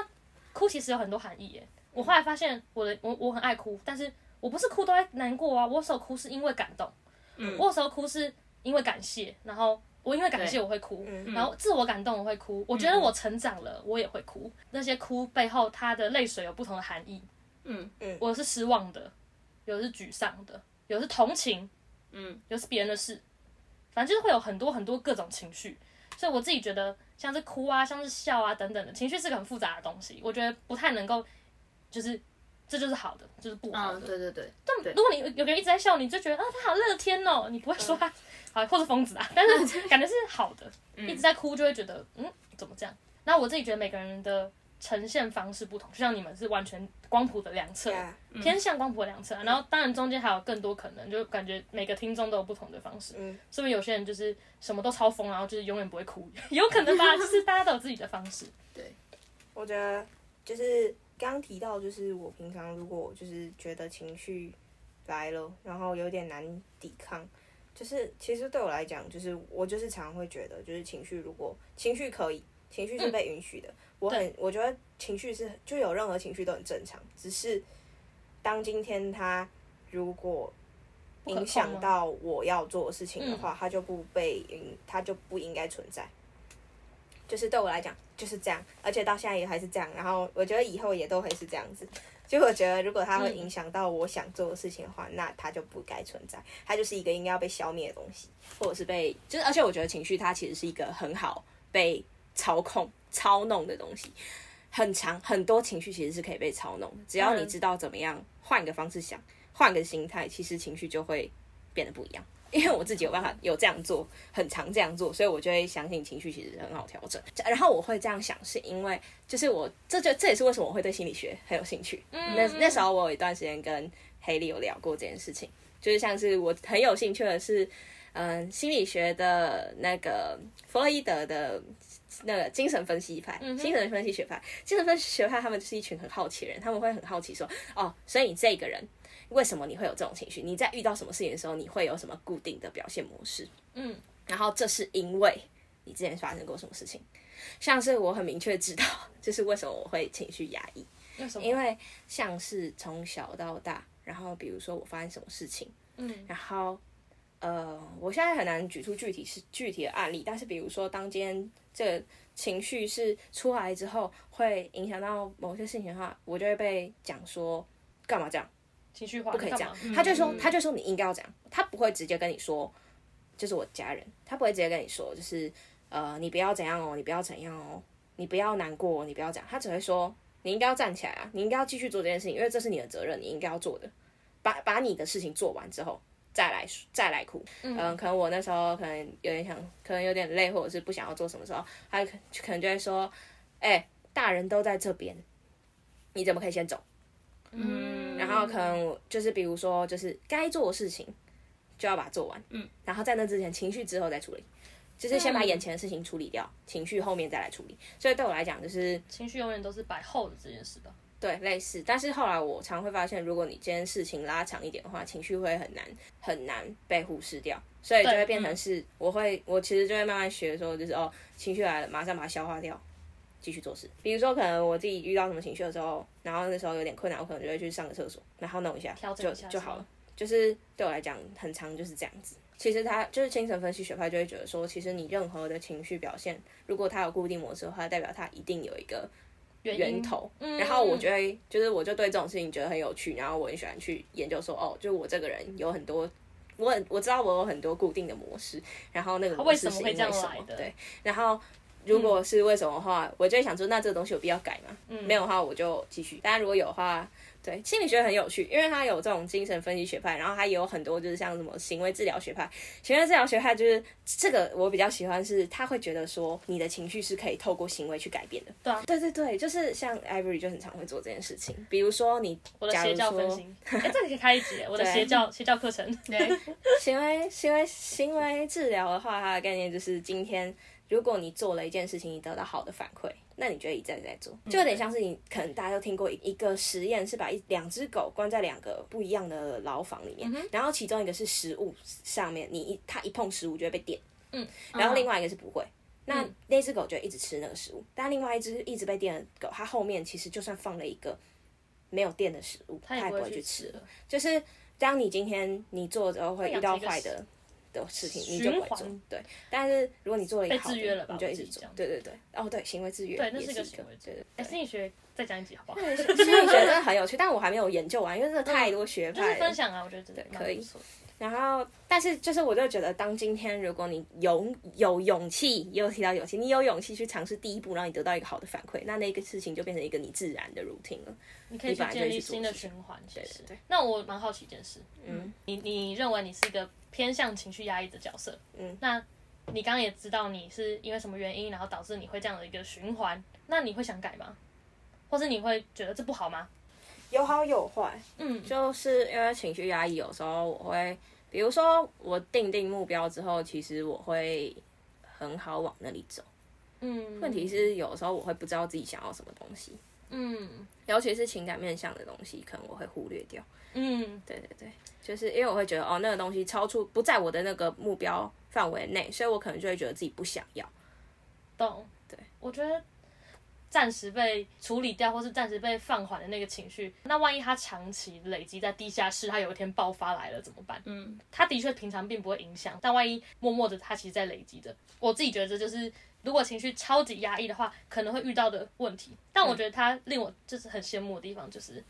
[SPEAKER 2] 哭其实有很多含义耶。我后来发现，我的我我很爱哭，但是我不是哭都会难过啊，我有时候哭是因为感动，
[SPEAKER 1] 嗯
[SPEAKER 2] 我有时候哭是因为感谢，然后我因为感谢我会哭，
[SPEAKER 1] 嗯
[SPEAKER 2] 然后自我感动我会哭，我觉得我成长了，我也会哭。那些哭背后，它的泪水有不同的含义，
[SPEAKER 3] 嗯
[SPEAKER 2] 我是失望的，有的是沮丧的，有的是同情，
[SPEAKER 3] 嗯，
[SPEAKER 2] 有的是别人的事，反正就是会有很多很多各种情绪。所以我自己觉得，像是哭啊，像是笑啊等等的情绪是个很复杂的东西，我觉得不太能够，就是这就是好的，就是不好
[SPEAKER 3] 嗯，
[SPEAKER 2] 的。
[SPEAKER 3] 对对对，对
[SPEAKER 2] 但如果你有有个人一直在笑，你就觉得啊，他好乐天哦，你不会
[SPEAKER 3] 嗯
[SPEAKER 2] 说他好或者疯子啊，但 是感觉是好的。
[SPEAKER 3] 嗯
[SPEAKER 2] 一直在哭就会觉得嗯，怎么这样？那我自己觉得每个人的呈现方式不同，就像你们是完全光谱的两侧，
[SPEAKER 1] 呀
[SPEAKER 2] 偏向光谱的两侧啊，然后当然中间还有更多可能，就感觉每个听众都有不同的方式。
[SPEAKER 1] 嗯
[SPEAKER 2] 是不是有些人就是什么都超疯，然后就是永远不会哭， 有可 能吧？就是大家都有自己的方式。
[SPEAKER 1] 我觉得就是刚提到，就是我平常如果就是觉得情绪来了，然后有点难抵抗，就是其实对我来讲，就是我就是常会觉得，就是情绪如果情绪可以，情绪
[SPEAKER 2] 嗯
[SPEAKER 1] 是被允许的，我很我觉得情绪是就有任何情绪都很正常，只是当今天它如果影
[SPEAKER 2] 可控吗嗯
[SPEAKER 1] 响到我要做的事情的话，它就不被应，它就不应该存在。就是对我来讲就是这样，而且到现在也还是这样，然后我觉得以后也都会是这样子。就我觉得，如果它会影响到我想做的事情的话，那它就不该存在，它就是一个应该要被消灭的东西，或者是被就是，而且我觉得情绪它其实是一个很好被操控、操弄的东西。很长很多情绪其实是可以被操弄的，只要你
[SPEAKER 2] 嗯
[SPEAKER 1] 知道怎么样换个方式想，换个心态，其实情绪就会变得不一样。因为我自己有办法有这样做，很常这样做，所以我就会相信情绪其实很好调整。然后我会这样想，是因为就是我这就这也是为什么我会对心理学很有兴趣。
[SPEAKER 2] 嗯
[SPEAKER 1] 那那时候我有一段时间跟黑莉有聊过这件事情，就是像是我很有兴趣的是，嗯，心理学的那个弗洛伊德的那个精神分析派，
[SPEAKER 2] 嗯哼
[SPEAKER 1] 精神分析学派，精神分析学派他们就是一群很好奇的人，他们会很好奇说，哦，所以你这个人为什么你会有这种情绪？你在遇到什么事情的时候，你会有什么固定的表现模式？
[SPEAKER 2] 嗯，
[SPEAKER 1] 然后这是因为你之前发生过什么事情，像是我很明确知道，就是为什么我会情绪压抑，
[SPEAKER 2] 为什么？
[SPEAKER 1] 因为像是从小到大，然后比如说我发生什么事情，
[SPEAKER 2] 嗯
[SPEAKER 1] 然后呃，我现在很难举出具体是具体的案例，但是比如说，当今天这个情绪是出来之后，会影响到某些事情的话，我就会被讲说干嘛这样，
[SPEAKER 2] 情绪化
[SPEAKER 1] 不可以这
[SPEAKER 2] 干
[SPEAKER 1] 样
[SPEAKER 2] 嘛。
[SPEAKER 1] 他就说
[SPEAKER 3] 嗯，
[SPEAKER 1] 他就说你应该要这样，他不会直接跟你说，就是我家人，他不会直接跟你说，就是呃，你不要怎样哦，你不要怎样哦，你不要难过、哦，你不要这样，他只会说你应该要站起来啊，你应该要继续做这件事情，因为这是你的责任，你应该要做的，把把你的事情做完之后。再来再来哭，嗯、可能我那时候可能有点想，可能有点累，或者是不想要做什么时候，他可可能就会说，哎、大人都在这边，你怎么可以先走？
[SPEAKER 3] 嗯，
[SPEAKER 1] 然后可能我就是比如说就是该做的事情就要把它做完，嗯，然后在那之前情绪之后再处理，就是先把眼前的事情处理掉，情绪后面再来处理。所以对我来讲就是
[SPEAKER 2] 情绪永远都是摆后的这件事吧。
[SPEAKER 1] 对类似，但是后来我常会发现，如果你今天事情拉长一点的话，情绪会很难很难被忽视掉，所以就会
[SPEAKER 2] 嗯
[SPEAKER 1] 变成是我会我其实就会慢慢学说就是哦情绪来了马上把它消化掉。继续做事，比如说可能我自己遇到什么情绪的时候，然后那时候有点困难，我可能就会去上个厕所，然后弄一下，
[SPEAKER 2] 调整
[SPEAKER 1] 就
[SPEAKER 2] 一下
[SPEAKER 1] 就是
[SPEAKER 2] 吗
[SPEAKER 1] 好了。就是对我来讲，很长就是这样子。其实他就是精神分析学派就会觉得说，其实你任何的情绪表现，如果它有固定模式的话，代表它一定有一个
[SPEAKER 2] 原
[SPEAKER 1] 源
[SPEAKER 2] 因
[SPEAKER 1] 头。
[SPEAKER 2] 嗯
[SPEAKER 1] 然后我觉得，就是我就对这种事情觉得很有趣，然后我很喜欢去研究说，哦，就是我这个人有很多，我很我知道我有很多固定的模式，然后那个模
[SPEAKER 2] 为
[SPEAKER 1] 式
[SPEAKER 2] 什么
[SPEAKER 1] 是因
[SPEAKER 2] 会
[SPEAKER 1] 为
[SPEAKER 2] 这样
[SPEAKER 1] 什
[SPEAKER 2] 来
[SPEAKER 1] 么？
[SPEAKER 2] 的
[SPEAKER 1] 对，然后。如果是为什么的话，我就会想说，那这个东西有必要改吗？没有的话，我就继续。但如果有的话，对心理学很有趣，因为它有这种精神分析学派，然后它也有很多就是像什么行为治疗学派。行为治疗学派就是这个我比较喜欢是，他会觉得说你的情绪是可以透过行为去改变的。
[SPEAKER 2] 对啊
[SPEAKER 1] 对对对，就是像 Ivory 就很常会做这件事情，比如说你
[SPEAKER 2] 我的
[SPEAKER 1] 假
[SPEAKER 2] 邪
[SPEAKER 1] 如
[SPEAKER 2] 教分
[SPEAKER 1] 说
[SPEAKER 2] 析，哎、这个可以开一 集耶，我的
[SPEAKER 1] 对
[SPEAKER 2] 邪教邪教课程。
[SPEAKER 3] 对，
[SPEAKER 1] 行为行为行为治疗的话，它的概念就是今天如果你做了一件事情，你得到好的反馈，那你就一再再做，就有点像是你可能大家都听过一一个实验，是把一两只狗关在两个不一样的牢房里面，
[SPEAKER 2] 嗯
[SPEAKER 1] 然后其中一个是食物上面，你一它一碰食物就会被电， 然
[SPEAKER 2] 嗯
[SPEAKER 1] 后另外一个是不会。那那只狗就一直吃那个食物，但另外一只一直被电的狗，它后面其实就算放了一个没有电的食物，它
[SPEAKER 2] 也
[SPEAKER 1] 也
[SPEAKER 2] 不
[SPEAKER 1] 不
[SPEAKER 2] 会
[SPEAKER 1] 会
[SPEAKER 2] 去
[SPEAKER 1] 去
[SPEAKER 2] 吃
[SPEAKER 1] 吃
[SPEAKER 2] 了
[SPEAKER 1] 了。就是当你今天你做之后会遇到坏的的事情，你就不会做
[SPEAKER 2] 循环。
[SPEAKER 1] 对，但是如果你做了一个好的，
[SPEAKER 2] 被制约了吧
[SPEAKER 1] 你就一直
[SPEAKER 2] 我自己
[SPEAKER 1] 做
[SPEAKER 2] 这样。
[SPEAKER 1] 对对对，哦对，行为制约，
[SPEAKER 2] 对，那
[SPEAKER 1] 也
[SPEAKER 2] 是
[SPEAKER 1] 是
[SPEAKER 2] 一个
[SPEAKER 1] 一个
[SPEAKER 2] 行为
[SPEAKER 1] 对对对。
[SPEAKER 2] 哎、心理学再讲一集好 不好？
[SPEAKER 1] 对心理学真的很有趣，但我 还没有研究完，因为真的太多学
[SPEAKER 2] 嗯就是
[SPEAKER 1] 派了。
[SPEAKER 2] 分享啊，我觉得真的
[SPEAKER 1] 对
[SPEAKER 2] 蛮
[SPEAKER 1] 可以
[SPEAKER 2] 不错的。
[SPEAKER 1] 然后，但是就是我就觉得，当今天如果你有有勇气，也有提到勇气，你有勇气去尝试第一步，让你得到一个好的反馈，那那个事情就变成一个你自然的 routine 了。
[SPEAKER 2] 你可以去
[SPEAKER 1] 本来就会
[SPEAKER 2] 建立
[SPEAKER 1] 去做
[SPEAKER 2] 新的
[SPEAKER 1] 事
[SPEAKER 2] 循环，其实。
[SPEAKER 1] 对对
[SPEAKER 2] 那我蛮好奇一件事，
[SPEAKER 1] 嗯，
[SPEAKER 2] 你你认为你是一个偏向情绪压抑的角色，
[SPEAKER 1] 嗯，
[SPEAKER 2] 那你刚刚也知道你是因为什么原因，然后导致你会这样的一个循环，那你会想改吗？或是你会觉得这不好吗？
[SPEAKER 1] 有好有坏，
[SPEAKER 2] 嗯，
[SPEAKER 1] 就是因为情绪压抑，有时候我会，比如说我定定目标之后，其实我会很好往那里走。
[SPEAKER 2] 嗯，
[SPEAKER 1] 问题，是有时候我会不知道自己想要什么东西，
[SPEAKER 2] 嗯
[SPEAKER 1] 尤其是情感面向的东西，可能我会忽略掉。
[SPEAKER 2] 嗯，
[SPEAKER 1] 对对对，就是因为我会觉得哦，那个东西超出不在我的那个目标范围内，所以我可能就会觉得自己不想要。
[SPEAKER 2] 懂。
[SPEAKER 1] 对，
[SPEAKER 2] 我觉得暂时被处理掉，或是暂时被放缓的那个情绪，那万一它长期累积在地下室，它有一天爆发来了怎么办？
[SPEAKER 3] 嗯，
[SPEAKER 2] 它的确平常并不会影响，但万一默默的它其实在累积着，我自己觉得这就是。如果情绪超级压抑的话，可能会遇到的问题。但
[SPEAKER 1] 嗯
[SPEAKER 2] 我觉得它令我就是很羡慕的地方，就是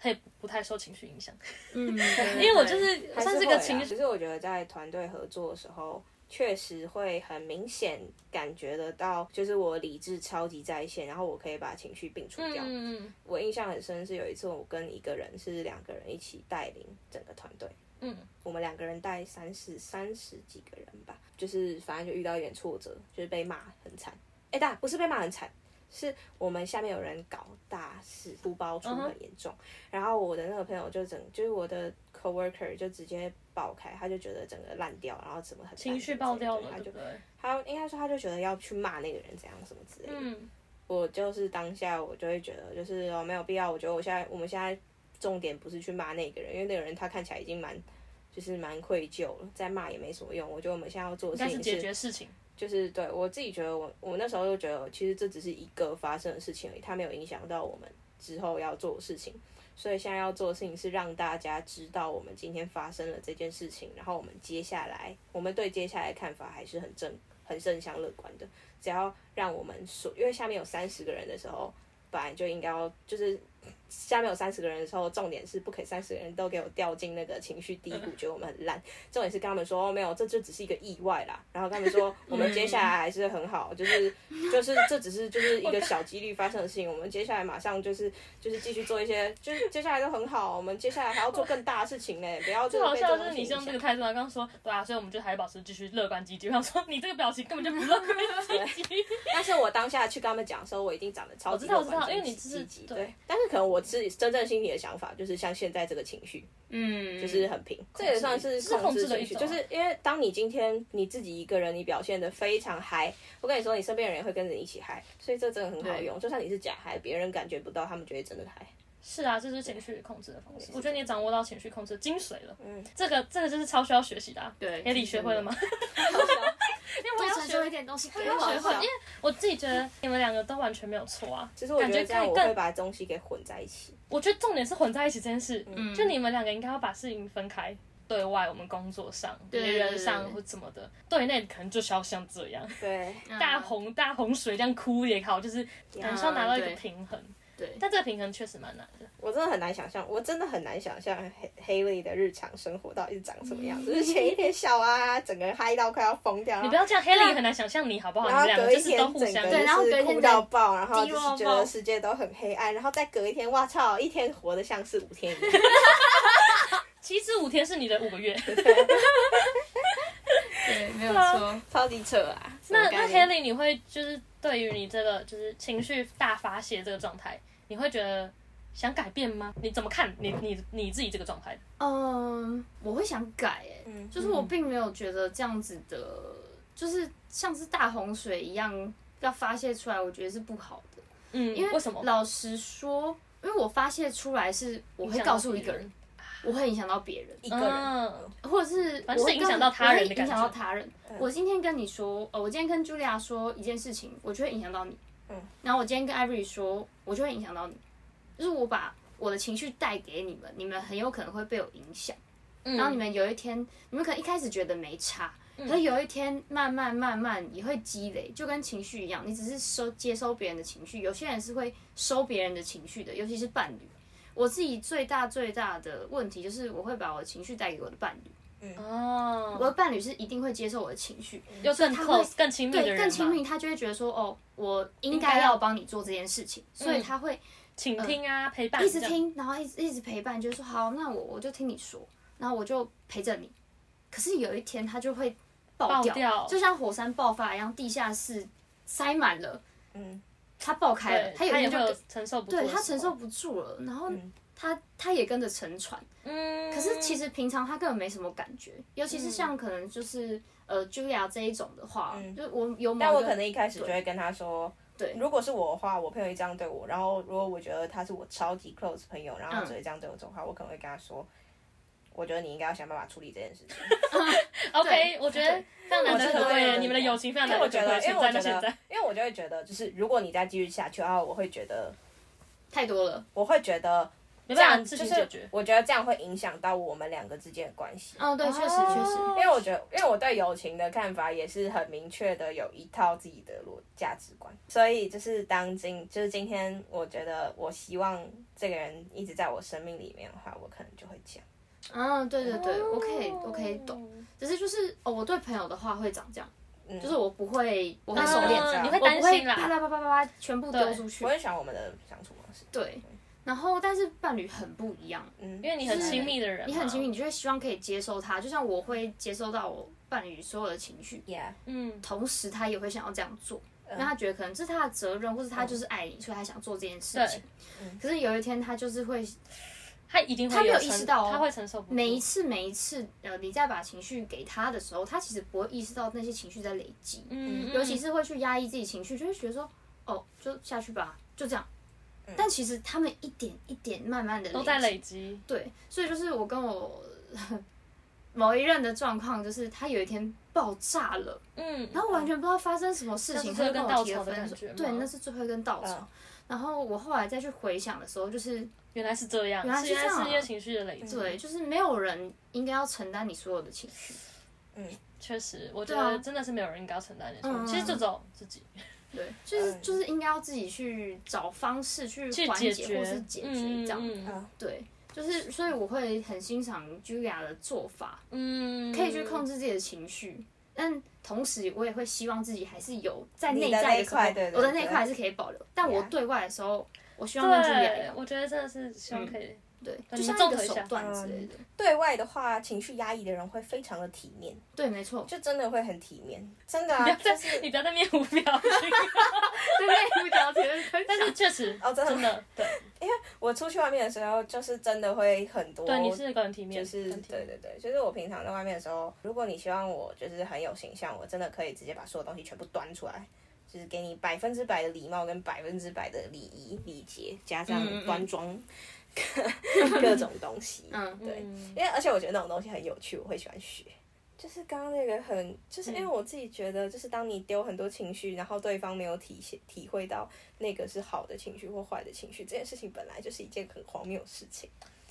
[SPEAKER 2] 它也不太受情绪影响，
[SPEAKER 3] 嗯，
[SPEAKER 2] 因
[SPEAKER 3] 因
[SPEAKER 2] 为我就是算
[SPEAKER 1] 啊
[SPEAKER 2] 是个情绪
[SPEAKER 1] 其实我觉得在团队合作的时候，确实会很明显感觉得到，就是我理智超级在线，然后我可以把情绪摒除掉。
[SPEAKER 2] 嗯
[SPEAKER 1] 我印象很深是有一次我跟一个人是两个人一起带领整个团队，
[SPEAKER 2] 嗯，
[SPEAKER 1] 我们两个人带三十三十几个人吧，就是反正就遇到一点挫折，就是被骂很惨。哎，但不是被骂很惨，是我们下面有人搞大事，出包出很严重。然后我的那个朋友就整，就是我的 coworker 就直接爆开，他就觉得整个烂掉，然后怎么很烂
[SPEAKER 2] 情绪
[SPEAKER 1] 怎么
[SPEAKER 2] 爆
[SPEAKER 1] 怎么
[SPEAKER 2] 掉
[SPEAKER 1] 对
[SPEAKER 2] 了，
[SPEAKER 1] 他
[SPEAKER 2] 对
[SPEAKER 1] 就
[SPEAKER 2] 不对？
[SPEAKER 1] 他应该说他就觉得要去骂那个人怎样什么之类的。
[SPEAKER 2] 嗯，
[SPEAKER 1] 我就是当下我就会觉得就是哦没有必要，我觉得我现在我们现在重点不是去骂那个人，因为那个人他看起来已经蛮就是蛮愧疚了，再骂也没什么用。我觉得我们现在要做
[SPEAKER 2] 应
[SPEAKER 1] 的
[SPEAKER 2] 该
[SPEAKER 1] 事情
[SPEAKER 2] 是解
[SPEAKER 1] 是
[SPEAKER 2] 决事情。
[SPEAKER 1] 就是对我自己觉得我我那时候就觉得其实这只是一个发生的事情而已，它没有影响到我们之后要做的事情。所以现在要做的事情是让大家知道我们今天发生了这件事情，然后我们接下来我们对接下来的看法还是很正很正向乐观的。只要让我们所，因为下面有三十个人的时候，本来就应该要就是下面有三十个人的时候，重点是不可以三十个人都给我掉进那个情绪低谷，觉得我们很烂。重点是跟他们说、哦没有，这就只是一个意外啦。然后跟他们说，我们接下来还是很好，就是就是这只是就是一个小几率发生的事情。我们接下来马上就是就是继续做一些，就是接下来都很好，我们接下来还要做更大的事情呢、不要
[SPEAKER 2] 最
[SPEAKER 1] 就
[SPEAKER 2] 好
[SPEAKER 1] 被这
[SPEAKER 2] 笑
[SPEAKER 1] 种
[SPEAKER 2] 的是你是用这
[SPEAKER 1] 影
[SPEAKER 2] 个
[SPEAKER 1] 响
[SPEAKER 2] 态度啊，刚刚说对啊，所以我们就还保持继续乐观积极。我想说你这个表情根本就不乐观积极。
[SPEAKER 1] 但是我当下去跟他们讲的时候，我已经长得超级
[SPEAKER 2] 我知道
[SPEAKER 1] 乐观
[SPEAKER 2] 我知道因为
[SPEAKER 1] 积
[SPEAKER 2] 你就是
[SPEAKER 1] 积极
[SPEAKER 2] 对
[SPEAKER 1] 对，但是可能我是真正心里的想法就是像现在这个情绪，
[SPEAKER 3] 嗯，
[SPEAKER 1] 就是很平，这也算是
[SPEAKER 2] 是控制的
[SPEAKER 1] 情
[SPEAKER 2] 一
[SPEAKER 1] 绪，
[SPEAKER 2] 种啊
[SPEAKER 1] 就是因为当你今天你自己一个人，你表现的非常嗨，我跟你说，你身边的人也会跟着你一起嗨，所以这真的很好
[SPEAKER 3] 对
[SPEAKER 1] 用。就算你是假嗨，别人感觉不到，他们就会真的 嗨。
[SPEAKER 2] 是啊，这是情绪控制的方式。我觉得你也掌握到情绪控制的精髓了，
[SPEAKER 1] 嗯，
[SPEAKER 2] 这个这个就是超需要学习的、啊。
[SPEAKER 3] 对
[SPEAKER 2] 哎，你学会了吗？
[SPEAKER 3] 多承受一点东西给我
[SPEAKER 2] 学会，因为我自己觉得你们两个都完全没有错啊。
[SPEAKER 1] 其实我觉得这样
[SPEAKER 2] 感觉
[SPEAKER 1] 我
[SPEAKER 2] 可以
[SPEAKER 1] 会
[SPEAKER 2] 更
[SPEAKER 1] 把东西给混在一起。
[SPEAKER 2] 我觉得重点是混在一起这件事，
[SPEAKER 1] 嗯
[SPEAKER 2] 就你们两个应该要把事情分开。对外，我们工作上、
[SPEAKER 3] 对
[SPEAKER 2] 别人上
[SPEAKER 3] 对
[SPEAKER 2] 或怎么的，对内可能就是要像这
[SPEAKER 3] 嗯
[SPEAKER 2] 样，
[SPEAKER 1] 对，
[SPEAKER 2] 大洪大洪水这样哭也好，就是还是要拿到一个
[SPEAKER 3] 对
[SPEAKER 2] 平衡。
[SPEAKER 3] 对
[SPEAKER 2] 但这个平衡确实蛮难的。
[SPEAKER 1] 我真的很难想象，我真的很难想象黑黑莉的日常生活到底是长什么样子。就是前一天笑啊，整个人嗨到快要疯掉，
[SPEAKER 2] 你
[SPEAKER 1] 然后
[SPEAKER 2] 不要这样，黑人也很难想象你好不好？你
[SPEAKER 1] 然后
[SPEAKER 2] 们两
[SPEAKER 1] 隔
[SPEAKER 2] 个就
[SPEAKER 1] 一
[SPEAKER 2] 是都
[SPEAKER 1] 天
[SPEAKER 2] 互
[SPEAKER 1] 整
[SPEAKER 2] 相
[SPEAKER 1] 个
[SPEAKER 3] 对然后
[SPEAKER 1] 就是
[SPEAKER 3] 隔一
[SPEAKER 1] 哭
[SPEAKER 3] 天
[SPEAKER 1] 到爆，然后
[SPEAKER 3] 低
[SPEAKER 1] 就
[SPEAKER 3] 落
[SPEAKER 1] 是
[SPEAKER 3] 爆
[SPEAKER 1] 觉得世界都很黑暗，然后再隔一天，哇操，一天活得像是五天一样。
[SPEAKER 2] 其实五天是你的五个月。
[SPEAKER 3] 对，没有错。
[SPEAKER 1] 超级扯啊！什
[SPEAKER 2] 那
[SPEAKER 1] 么概
[SPEAKER 2] 那
[SPEAKER 1] 念
[SPEAKER 2] Haley，你会就是对于你这个就是情绪大发泄这个状态，你会觉得想改变吗？你怎么看你你你自己这个状态？
[SPEAKER 3] 嗯，我会想改诶、
[SPEAKER 1] 嗯
[SPEAKER 3] 就是我并没有觉得这样子的，就是像是大洪水一样要发泄出来，我觉得是不好的。
[SPEAKER 2] 嗯，
[SPEAKER 3] 因为
[SPEAKER 2] 为什么？
[SPEAKER 3] 老实说，因为我发泄出来是我会告诉一个人，我会影响到别人，
[SPEAKER 1] 一个人，
[SPEAKER 2] 嗯，
[SPEAKER 3] 或者是
[SPEAKER 2] 反正
[SPEAKER 3] 我
[SPEAKER 2] 是
[SPEAKER 3] 会
[SPEAKER 2] 影
[SPEAKER 3] 跟
[SPEAKER 2] 响到他人
[SPEAKER 3] 我
[SPEAKER 2] 的
[SPEAKER 3] 会
[SPEAKER 2] 感
[SPEAKER 3] 影
[SPEAKER 2] 觉
[SPEAKER 3] 响到他人。我今天跟你说，呃，我今天跟茱莉亚说一件事情，我就会影响到你。
[SPEAKER 1] 嗯，
[SPEAKER 3] 然后我今天跟 Ivory 说，我就会影响到你，就是我把我的情绪带给你们，你们很有可能会被我影响。
[SPEAKER 2] 嗯
[SPEAKER 3] 然后你们有一天，你们可能一开始觉得没差，可是有一天慢慢慢慢也会积累，就跟情绪一样，你只是收接收别人的情绪，有些人是会收别人的情绪的，尤其是伴侣。我自己最大最大的问题就是，我会把我的情绪带给我的伴侣，我
[SPEAKER 2] 哦，
[SPEAKER 3] 的伴侣是一定会接受我的情绪，
[SPEAKER 2] 又更
[SPEAKER 3] 他会
[SPEAKER 2] close 更亲密的
[SPEAKER 3] 对
[SPEAKER 2] 人，
[SPEAKER 3] 更亲，密，他就会觉得说，哦，我应
[SPEAKER 2] 应该
[SPEAKER 3] 该
[SPEAKER 2] 要
[SPEAKER 3] 要帮你做这件事情，所以他会
[SPEAKER 2] 倾听啊，陪伴，
[SPEAKER 3] 嗯一
[SPEAKER 2] 这
[SPEAKER 3] 直
[SPEAKER 2] 样，
[SPEAKER 3] 听，然后一直一直陪伴，就是说好，那我我就听你说，然后我就陪着你。可是有一天他就会爆
[SPEAKER 2] 爆掉
[SPEAKER 3] 就像火山爆发一样，地下室塞满了，
[SPEAKER 1] 嗯，
[SPEAKER 3] 它爆开了
[SPEAKER 2] 对，
[SPEAKER 3] 有一
[SPEAKER 2] 也
[SPEAKER 3] 天
[SPEAKER 2] 会
[SPEAKER 3] 就
[SPEAKER 2] 有
[SPEAKER 3] 跟
[SPEAKER 2] 承受不住的
[SPEAKER 3] 对
[SPEAKER 2] 时候，
[SPEAKER 3] 他承受不住了，然后
[SPEAKER 1] 嗯
[SPEAKER 3] 他他也跟着沉船。
[SPEAKER 2] 嗯，
[SPEAKER 3] 可是其
[SPEAKER 2] 实
[SPEAKER 3] 实平常他根本没什么感觉，尤其是像可能就是呃 Julia 这一种的话，
[SPEAKER 1] 嗯
[SPEAKER 3] 就我有
[SPEAKER 1] 但
[SPEAKER 3] 某
[SPEAKER 1] 我
[SPEAKER 3] 一
[SPEAKER 1] 可
[SPEAKER 3] 个
[SPEAKER 1] 能一开始就会跟他说，
[SPEAKER 3] 对
[SPEAKER 1] 如果是我的话，我朋友会这样对我，然后如果我觉得他是我超级 close 朋友，然后他
[SPEAKER 3] 嗯
[SPEAKER 1] 只会这样对我的话，我可能会跟他说，我觉得你应该要想办法处理这件事情。
[SPEAKER 2] OK，我觉得非常难得可
[SPEAKER 1] 我
[SPEAKER 2] 贵
[SPEAKER 1] 觉得
[SPEAKER 2] 了，你们的友情非常
[SPEAKER 1] 因为
[SPEAKER 2] 难
[SPEAKER 1] 我
[SPEAKER 2] 得
[SPEAKER 1] 觉
[SPEAKER 2] 可贵
[SPEAKER 1] 得，因
[SPEAKER 2] 了，
[SPEAKER 1] 为我觉
[SPEAKER 2] 现在到现
[SPEAKER 1] 得
[SPEAKER 2] 在，，
[SPEAKER 1] 因为我就会觉得，就是如果你再继续下去的话，我会觉得，
[SPEAKER 3] 太多了，
[SPEAKER 1] 我会觉得
[SPEAKER 2] 没
[SPEAKER 1] 这
[SPEAKER 2] 办法
[SPEAKER 1] 样
[SPEAKER 2] 事
[SPEAKER 1] 就
[SPEAKER 2] 情解
[SPEAKER 1] 是
[SPEAKER 2] 决，
[SPEAKER 1] 我觉得这样会影响到我们两个之间的关系。
[SPEAKER 3] 嗯，对，确实确实，
[SPEAKER 2] 哦
[SPEAKER 1] 因为我觉得，因为我对友情的看法也是很明确的，有一套自己的逻价值观，所以就是当今，就是今天，我觉得我希望这个人一直在我生命里面的话，我可能就会讲，
[SPEAKER 3] 嗯，对对对，我可以我可以懂。
[SPEAKER 2] 懂，
[SPEAKER 3] 只是就是哦，我对朋友的话会长这样，
[SPEAKER 1] 嗯，
[SPEAKER 3] 就是我不会，我会
[SPEAKER 1] 嗯
[SPEAKER 3] 收敛这样，
[SPEAKER 1] 你
[SPEAKER 2] 会
[SPEAKER 3] 我不
[SPEAKER 2] 担
[SPEAKER 3] 会
[SPEAKER 2] 心啦
[SPEAKER 3] 啪啦啪啪啪啪全部丢出去
[SPEAKER 1] 我。很喜欢我们的相处方式，
[SPEAKER 3] 对，然后但是伴侣很不一样，
[SPEAKER 1] 嗯，
[SPEAKER 2] 因为你很亲密的人嘛，
[SPEAKER 3] 你很亲密，你就会希望可以接受他，就像我会接受到我伴侣所有的情绪，
[SPEAKER 1] ，yeah，嗯
[SPEAKER 2] 嗯，
[SPEAKER 3] 同时他也会想要这样做。那他觉得可能这是他的责任，或是
[SPEAKER 2] 嗯
[SPEAKER 3] 他就是爱你，所以他想做这件事情。可是有一天他就是会
[SPEAKER 2] 嗯他一定会
[SPEAKER 3] 他没有
[SPEAKER 2] 承
[SPEAKER 3] 意识到哦
[SPEAKER 2] 他会承受不住
[SPEAKER 3] 每一次每一次，呃，你再把情绪给他的时候，他其实不会意识到那些情绪在累积。
[SPEAKER 2] 嗯，
[SPEAKER 3] 尤其是会去压抑自己情绪，就会觉得说，哦，就下去吧，就这样。但其实他们一点一点慢慢的
[SPEAKER 2] 嗯都在累积，
[SPEAKER 3] 对，所以就是我跟我 某一任的状况，就是他有一天爆炸了，
[SPEAKER 2] 嗯，
[SPEAKER 3] 然后我完全不知道发生什么事情，
[SPEAKER 2] 那是
[SPEAKER 3] 他就
[SPEAKER 2] 最
[SPEAKER 3] 跟
[SPEAKER 2] 后
[SPEAKER 3] 我
[SPEAKER 2] 一根
[SPEAKER 3] 提了
[SPEAKER 2] 稻草的
[SPEAKER 3] 分
[SPEAKER 2] 感
[SPEAKER 3] 手
[SPEAKER 2] 觉吗。嗯
[SPEAKER 3] 对，那是最后一根稻
[SPEAKER 1] 嗯
[SPEAKER 3] 草。然后我后来再去回想的时候，就是
[SPEAKER 2] 原来是这样，
[SPEAKER 3] 原来是
[SPEAKER 2] 是
[SPEAKER 3] 这样啊
[SPEAKER 2] 是因为情绪的累积。
[SPEAKER 3] 对，就是没有人应该要承担你所有的情绪。
[SPEAKER 2] 确实，我觉
[SPEAKER 3] 对
[SPEAKER 2] 得
[SPEAKER 3] 啊
[SPEAKER 2] 真的是没有人应该要承担的。
[SPEAKER 3] 嗯
[SPEAKER 2] 其实就只有自己
[SPEAKER 3] 对，就是
[SPEAKER 1] 嗯
[SPEAKER 3] 就是应该要自己去找方式去
[SPEAKER 2] 去
[SPEAKER 3] 缓
[SPEAKER 2] 解
[SPEAKER 3] 解
[SPEAKER 2] 决，
[SPEAKER 3] 或是解决
[SPEAKER 2] 嗯
[SPEAKER 3] 这样。
[SPEAKER 2] 嗯
[SPEAKER 3] 对，就是所以我会很欣赏 Julia 的做法，
[SPEAKER 2] 嗯，
[SPEAKER 3] 可以去控制自己的情绪，但同时我也会希望自己还是有在
[SPEAKER 1] 你的
[SPEAKER 3] 内在
[SPEAKER 1] 那一
[SPEAKER 3] 的时候
[SPEAKER 1] 块对，对
[SPEAKER 3] 我的那一
[SPEAKER 1] 对
[SPEAKER 3] 块还是可以保留，但我
[SPEAKER 1] Yeah
[SPEAKER 3] 对外的时候，我希望跟 Julia 一
[SPEAKER 2] 对
[SPEAKER 3] 样，，
[SPEAKER 2] 我觉得真的是希望可以
[SPEAKER 3] 对，
[SPEAKER 2] 对
[SPEAKER 3] 就像
[SPEAKER 2] 你们综
[SPEAKER 3] 一个
[SPEAKER 2] 合一
[SPEAKER 3] 手
[SPEAKER 2] 下
[SPEAKER 3] 段之类的。
[SPEAKER 4] 对外的话，情绪压抑的人会非常的体面，
[SPEAKER 3] 对，没错，
[SPEAKER 4] 就真的会很体面，真的啊
[SPEAKER 2] 不要，
[SPEAKER 4] 就
[SPEAKER 2] 再
[SPEAKER 4] 是
[SPEAKER 2] 你不要再面无表 情，
[SPEAKER 3] 对内部聊天，
[SPEAKER 2] 但是确实
[SPEAKER 4] 哦真的
[SPEAKER 2] 真的对
[SPEAKER 4] 我出去外面的时候，就是真的会很多。
[SPEAKER 2] 对，你是个人体面，
[SPEAKER 4] 就是
[SPEAKER 2] 很体
[SPEAKER 4] 对
[SPEAKER 2] 面
[SPEAKER 4] 对对，就是我平常在外面的时候，如果你希望我就是很有形象，我真的可以直接把所有东西全部端出来，就是给你百分之百的礼貌跟百分之百的礼仪礼节，加上
[SPEAKER 3] 嗯嗯
[SPEAKER 4] 端庄 各种东西。
[SPEAKER 3] 嗯
[SPEAKER 4] 对，
[SPEAKER 2] 嗯
[SPEAKER 4] 因为而且我觉得那种东西很有趣，我会喜欢学。就是刚刚那个很，就是因
[SPEAKER 3] 嗯
[SPEAKER 4] 为我自己觉得，就是当你丢很多情绪，然后对方没有体现体会到那个是好的情绪或坏的情绪，这件事情本来就是一件很荒谬的事情。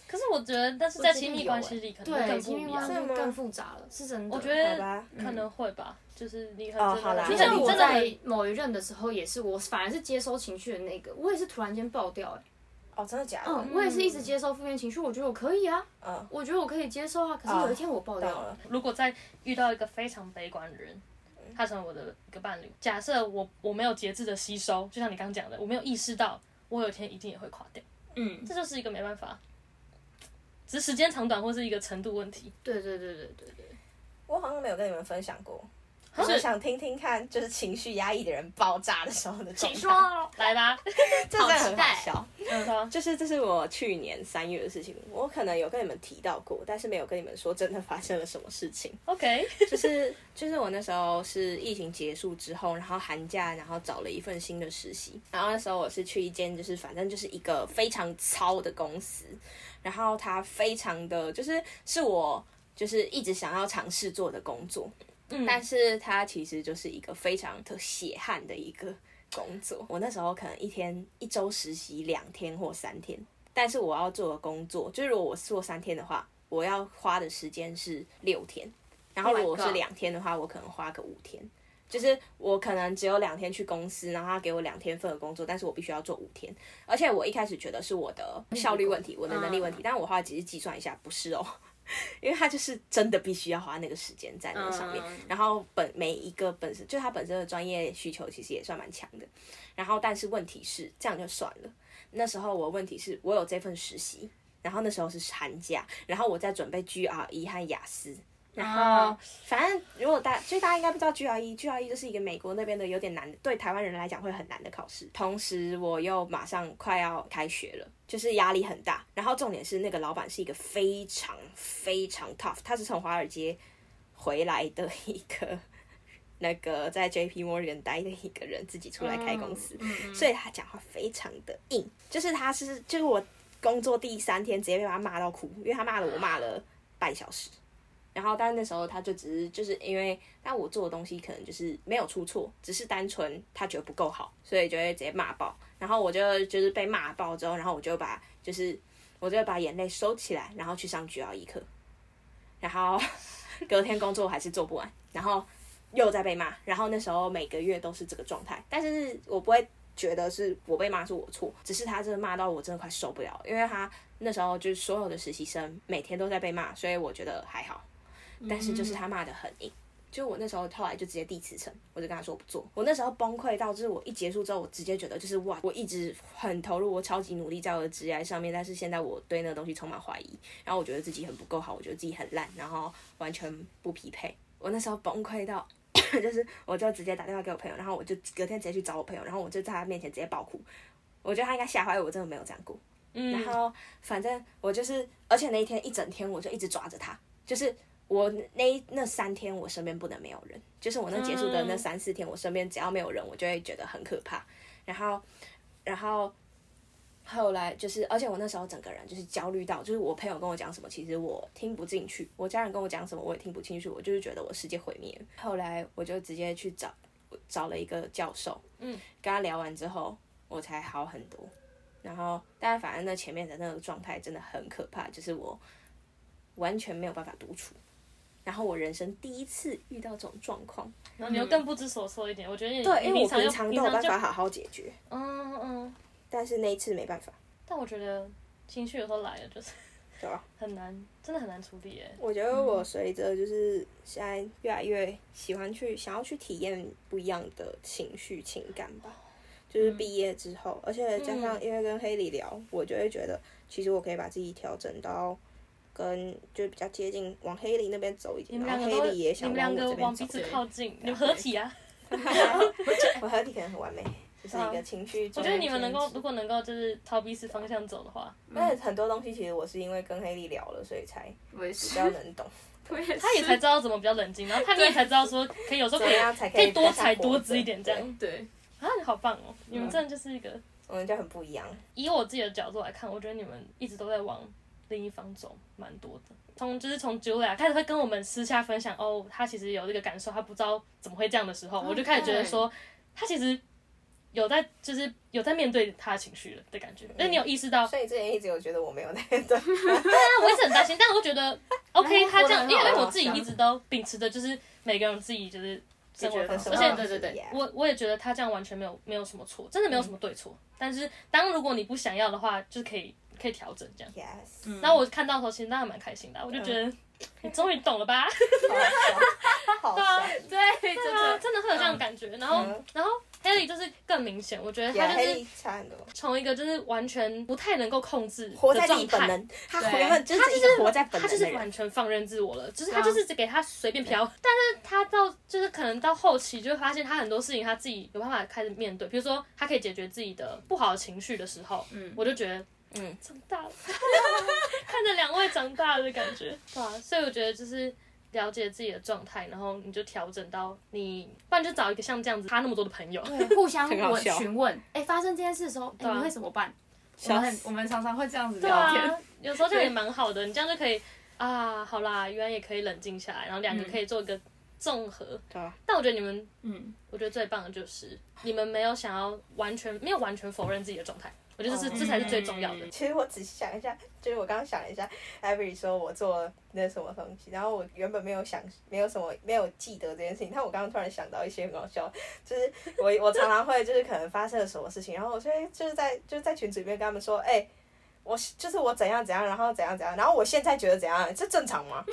[SPEAKER 2] 可是我觉得，但是在亲密关系里可能会
[SPEAKER 3] 对，
[SPEAKER 2] 更
[SPEAKER 3] 亲
[SPEAKER 2] 不一
[SPEAKER 3] 密关
[SPEAKER 2] 样
[SPEAKER 3] 系。
[SPEAKER 4] 是吗
[SPEAKER 3] 更复杂了，是真的。
[SPEAKER 2] 我觉得
[SPEAKER 4] 好吧，
[SPEAKER 1] 嗯
[SPEAKER 2] 可能会吧，就是你很
[SPEAKER 4] 哦
[SPEAKER 2] 真的
[SPEAKER 4] 好啦
[SPEAKER 2] 你
[SPEAKER 3] 就
[SPEAKER 2] 真
[SPEAKER 3] 像
[SPEAKER 2] 的你
[SPEAKER 3] 我
[SPEAKER 2] 真的很
[SPEAKER 3] 在某一任的时候也是，我反而是接收情绪的那个，我也是突然间爆掉、欸，
[SPEAKER 4] 哦，真的假的？
[SPEAKER 3] 嗯，我也是一直接收负面情绪，我觉得我可以啊，
[SPEAKER 4] 嗯
[SPEAKER 3] 我觉得我可以接受啊，可是有一天我爆
[SPEAKER 4] 懂
[SPEAKER 3] 掉
[SPEAKER 4] 了。。
[SPEAKER 2] 如果再遇到一个非常悲观的人，他成为我的一个伴侣，假设我我没有节制的吸收，就像你刚刚讲的，我没有意识到我有一天一定也会垮掉，
[SPEAKER 3] 嗯，
[SPEAKER 2] 这就是一个没办法，只是时间长短或是一个程度问题。
[SPEAKER 3] 对对对对对对，
[SPEAKER 4] 我好像没有跟你们分享过，
[SPEAKER 2] 是
[SPEAKER 4] 我就想听听看，就是情绪压抑的人爆炸的时候的状态，
[SPEAKER 2] 来吧，
[SPEAKER 4] 这真的很
[SPEAKER 3] 好
[SPEAKER 4] 好
[SPEAKER 3] 期待
[SPEAKER 4] 笑。
[SPEAKER 2] 嗯，好
[SPEAKER 1] 就是这是我去年三月的事情，我可能有跟你们提到过，但是没有跟你们说真的发生了什么事情。
[SPEAKER 2] ，OK，
[SPEAKER 1] 就是就是我那时候是疫情结束之后，然后寒假，然后找了一份新的实习，然后那时候我是去一间就是反正就是一个非常糙的公司，然后它非常的就是是我就是一直想要尝试做的工作，
[SPEAKER 2] 嗯，
[SPEAKER 1] 但是它其实就是一个非常的血汗的一个工作。我那时候可能一天一周实习两天或三天，但是我要做的工作，就是如果我做三天的话，我要花的时间是六天，然后
[SPEAKER 3] Oh my
[SPEAKER 1] 如果是
[SPEAKER 3] God
[SPEAKER 1] 两天的话，我可能花个五天。就是我可能只有两天去公司，然后他给我两天份的工作，但是我必须要做五天。而且我一开始觉得是我的效率问题，我的能力问题，但我后来只是计算一下，不是哦， 因为他就是真的必须要花那个时间在那个上面。
[SPEAKER 3] 嗯
[SPEAKER 1] 然后本每一个本身就他本身的专业需求其实也算蛮强的，然后但是问题是这样就算了。那时候我的问题是我有这份实习，然后那时候是寒假，然后我在准备 GRE 和雅思。然后
[SPEAKER 3] 啊，
[SPEAKER 1] 反正如果大，所以大家应该不知道 GRE，GRE E 就是一个美国那边的有点难，对台湾人来讲会很难的考试。同时，我又马上快要开学了，就是压力很大。然后重点是那个老板是一个非常非常 tough，他是从华尔街回来的一个 那个在 JP Morgan 待的一个人，自己出来开公司，所以他讲话非常的硬，就是他是就是我工作第三天直接被他骂到哭，因为他骂了我骂了半小时。然后，但是那时候他就只是就是因为，但我做的东西可能就是没有出错，只是单纯他觉得不够好，所以就会直接骂爆。然后我就就是被骂爆之后，然后我就把就是我就把眼泪收起来，然后去上 GRE 课，然后隔天工作还是做不完，然后又在被骂，然后那时候每个月都是这个状态，但是我不会觉得是我被骂是我错，只是他真的骂到我真的快受不了，因为他那时候就是所有的实习生每天都在被骂，所以我觉得还好，但是就是他骂的很硬。就我那时候后来就直接递辞呈，我就跟他说我不做。我那时候崩溃到，就是我一结束之后，我直接觉得就是哇，我一直很投入，我超级努力在我的职业上面，但是现在我对那个东西充满怀疑，然后我觉得自己很不够好，我觉得自己很烂，然后完全不匹配。我那时候崩溃到， 就是我就直接打电话给我朋友，然后我就隔天直接去找我朋友，然后我就在他面前直接爆哭。我觉得他应该吓坏我，真的没有这样过。
[SPEAKER 2] 嗯，
[SPEAKER 1] 然后反正我就是，而且那一天一整天我就一直抓着他，就是我那一那三天我身边不能没有人，就是我那结束的那
[SPEAKER 2] 嗯
[SPEAKER 1] 三四天，我身边只要没有人，我就会觉得很可怕。然后，然后后来就是，而且我那时候整个人就是焦虑到，就是我朋友跟我讲什么，其实我听不进去；呃我家人跟我讲什么，我也听不进去。我就是觉得我世界毁灭了。后来我就直接去找找了一个教授，
[SPEAKER 2] 嗯，
[SPEAKER 1] 跟他聊完之后，我才好很多。然后，但反正那前面的那个状态真的很可怕，就是我完全没有办法独处。然后我人生第一次遇到这种状况，
[SPEAKER 2] 然后你又更不知所措一点，我觉得你
[SPEAKER 1] 嗯对，
[SPEAKER 2] 你
[SPEAKER 1] 因为我
[SPEAKER 2] 常
[SPEAKER 1] 平
[SPEAKER 2] 又
[SPEAKER 1] 常都
[SPEAKER 2] 平
[SPEAKER 1] 有办
[SPEAKER 2] 就
[SPEAKER 1] 法好好解决，
[SPEAKER 2] 嗯嗯嗯，
[SPEAKER 1] 但是那一次没办法，
[SPEAKER 2] 但我觉得情绪有时候来了就是
[SPEAKER 1] 对啊吧？
[SPEAKER 2] 很难，真的很难处理耶。
[SPEAKER 1] 我觉得我随着就是现在越来越喜欢去想要去体验不一样的情绪情感吧，就是毕业之后，而且加上因为跟黑里聊，我就会觉得其实我可以把自己调整到跟就比较接近往黑里那边走一
[SPEAKER 2] 你
[SPEAKER 1] 点，
[SPEAKER 2] 们两
[SPEAKER 1] 然
[SPEAKER 2] 个
[SPEAKER 1] 后
[SPEAKER 2] 都，
[SPEAKER 1] 黑里也
[SPEAKER 2] 你
[SPEAKER 1] 想
[SPEAKER 2] 们
[SPEAKER 1] 往
[SPEAKER 2] 两
[SPEAKER 1] 我
[SPEAKER 2] 个
[SPEAKER 1] 这边
[SPEAKER 2] 往
[SPEAKER 1] 走
[SPEAKER 2] 彼。此靠近，你们合体啊！
[SPEAKER 1] 哎我和你可能很完美，就是一个情绪。
[SPEAKER 2] 嗯我觉得你们能够，嗯如果能够就是朝彼此方向走的话，
[SPEAKER 1] 但是很多东西其实我是因为跟黑莉聊了，所以才
[SPEAKER 3] 我也
[SPEAKER 1] 比
[SPEAKER 3] 是，
[SPEAKER 1] 较能懂。
[SPEAKER 3] 他
[SPEAKER 2] 他也才知道怎么比较冷静，然后他你也才知道说，可以有时候可
[SPEAKER 1] 怎
[SPEAKER 2] 以
[SPEAKER 1] 么样才
[SPEAKER 2] 可
[SPEAKER 1] 可
[SPEAKER 2] 以
[SPEAKER 1] 以比
[SPEAKER 2] 多
[SPEAKER 1] 较
[SPEAKER 2] 才
[SPEAKER 1] 活
[SPEAKER 2] 多
[SPEAKER 1] 着
[SPEAKER 2] 姿一点这样
[SPEAKER 3] 对，
[SPEAKER 2] 啊！你好棒哦，你
[SPEAKER 1] 嗯
[SPEAKER 2] 们真的就是一个
[SPEAKER 1] 我们就很不一样。
[SPEAKER 2] 以我自己的角度来看，我觉得你们一直都在往另一方走，蛮多的。从就是从 Julia 开始会跟我们私下分享，哦，她其实有这个感受，她不知道怎么会这样的时候，我
[SPEAKER 1] 嗯
[SPEAKER 2] 就开始觉得说，她其实有在就是有在面对她的情绪了的感觉。那你有意识到？
[SPEAKER 1] 所以之前一直有觉得我没有那个，
[SPEAKER 2] 但我一直很担心，但我觉得 OK，她这样，因为因为我自己
[SPEAKER 3] 活得很好
[SPEAKER 2] 一直都秉持的就是每个人自己就是生活
[SPEAKER 1] 觉得
[SPEAKER 2] 方
[SPEAKER 1] 什
[SPEAKER 2] 式，
[SPEAKER 1] 么都
[SPEAKER 2] 而且
[SPEAKER 3] 对
[SPEAKER 1] 是
[SPEAKER 3] 对对
[SPEAKER 1] 一样
[SPEAKER 2] 我我也觉得他这样完全没有没有什么错，真的没有什么对错。但是当如果你不想要的话，就是可以可以调整这样。
[SPEAKER 1] Yes，
[SPEAKER 2] 然后我看到的时候，其实那还蛮开心的，我就觉得、你终于懂了吧？
[SPEAKER 1] 好
[SPEAKER 2] 对啊
[SPEAKER 1] 爽。
[SPEAKER 3] 对，
[SPEAKER 2] 对
[SPEAKER 3] 真
[SPEAKER 2] 啊，
[SPEAKER 3] 的
[SPEAKER 2] 真的会有这样的感觉。然后、
[SPEAKER 1] 嗯
[SPEAKER 2] 然后 Haley 就是更明显，我觉得他
[SPEAKER 1] 呀，
[SPEAKER 2] 就
[SPEAKER 1] 黑
[SPEAKER 2] 是
[SPEAKER 1] 莉差很多，
[SPEAKER 2] 从一个就是完全不太能够控制
[SPEAKER 1] 活
[SPEAKER 2] 的
[SPEAKER 1] 在自己
[SPEAKER 2] 状
[SPEAKER 1] 本
[SPEAKER 2] 态。啊
[SPEAKER 1] 能，他
[SPEAKER 3] 对
[SPEAKER 1] 原本就是一个活在本
[SPEAKER 2] 他
[SPEAKER 1] 能
[SPEAKER 2] 就
[SPEAKER 1] 的
[SPEAKER 2] 是
[SPEAKER 1] 人。
[SPEAKER 2] 完全放任自我了，就是
[SPEAKER 3] 对啊
[SPEAKER 2] 他就是只给他随便飘，但是他到就是可能到后期就会发现他很多事情他自己有办法开始面对，比如说他可以解决自己的不好的情绪的时候，
[SPEAKER 3] 嗯
[SPEAKER 2] 我就觉得，嗯，长大 了，看着两位长大的感觉， 对啊，所以我觉得就是了解自己的状态，然后你就调整到你，不然就找一个像这样子他那么多的朋友，
[SPEAKER 3] 对，互相
[SPEAKER 5] 很好
[SPEAKER 3] 问
[SPEAKER 5] 笑
[SPEAKER 3] 询问，哎，发生这件事的时候，哎，
[SPEAKER 2] 啊
[SPEAKER 3] 你会怎么办？我们很我们常常会这样子
[SPEAKER 2] 对
[SPEAKER 3] 聊天，
[SPEAKER 2] 啊，有时候这样也蛮好的，你这样就可以啊，好啦，原来也可以冷静下来，然后两个可以做一个综合。
[SPEAKER 5] 对啊
[SPEAKER 2] 但我觉得你们，
[SPEAKER 3] 嗯，
[SPEAKER 2] 我觉得最棒的就是你们没有想要完全没有完全否认自己的状态，我觉得这是、
[SPEAKER 1] 哦
[SPEAKER 2] 这才是最重要的。
[SPEAKER 3] 嗯
[SPEAKER 1] 其实我仔细想一下， 就是我刚刚想了一下 i v y 说我做了那什么东西，然后我原本没有想，没有什么没有记得这件事情，但我刚刚突然想到一些很搞笑，就是我我常常会就是可能发生了什么事情，然后我就会就是在就是在群组里面跟他们说，哎、我是就是我怎样怎样，然后怎样怎样，然后我现在觉得怎样，这正常吗？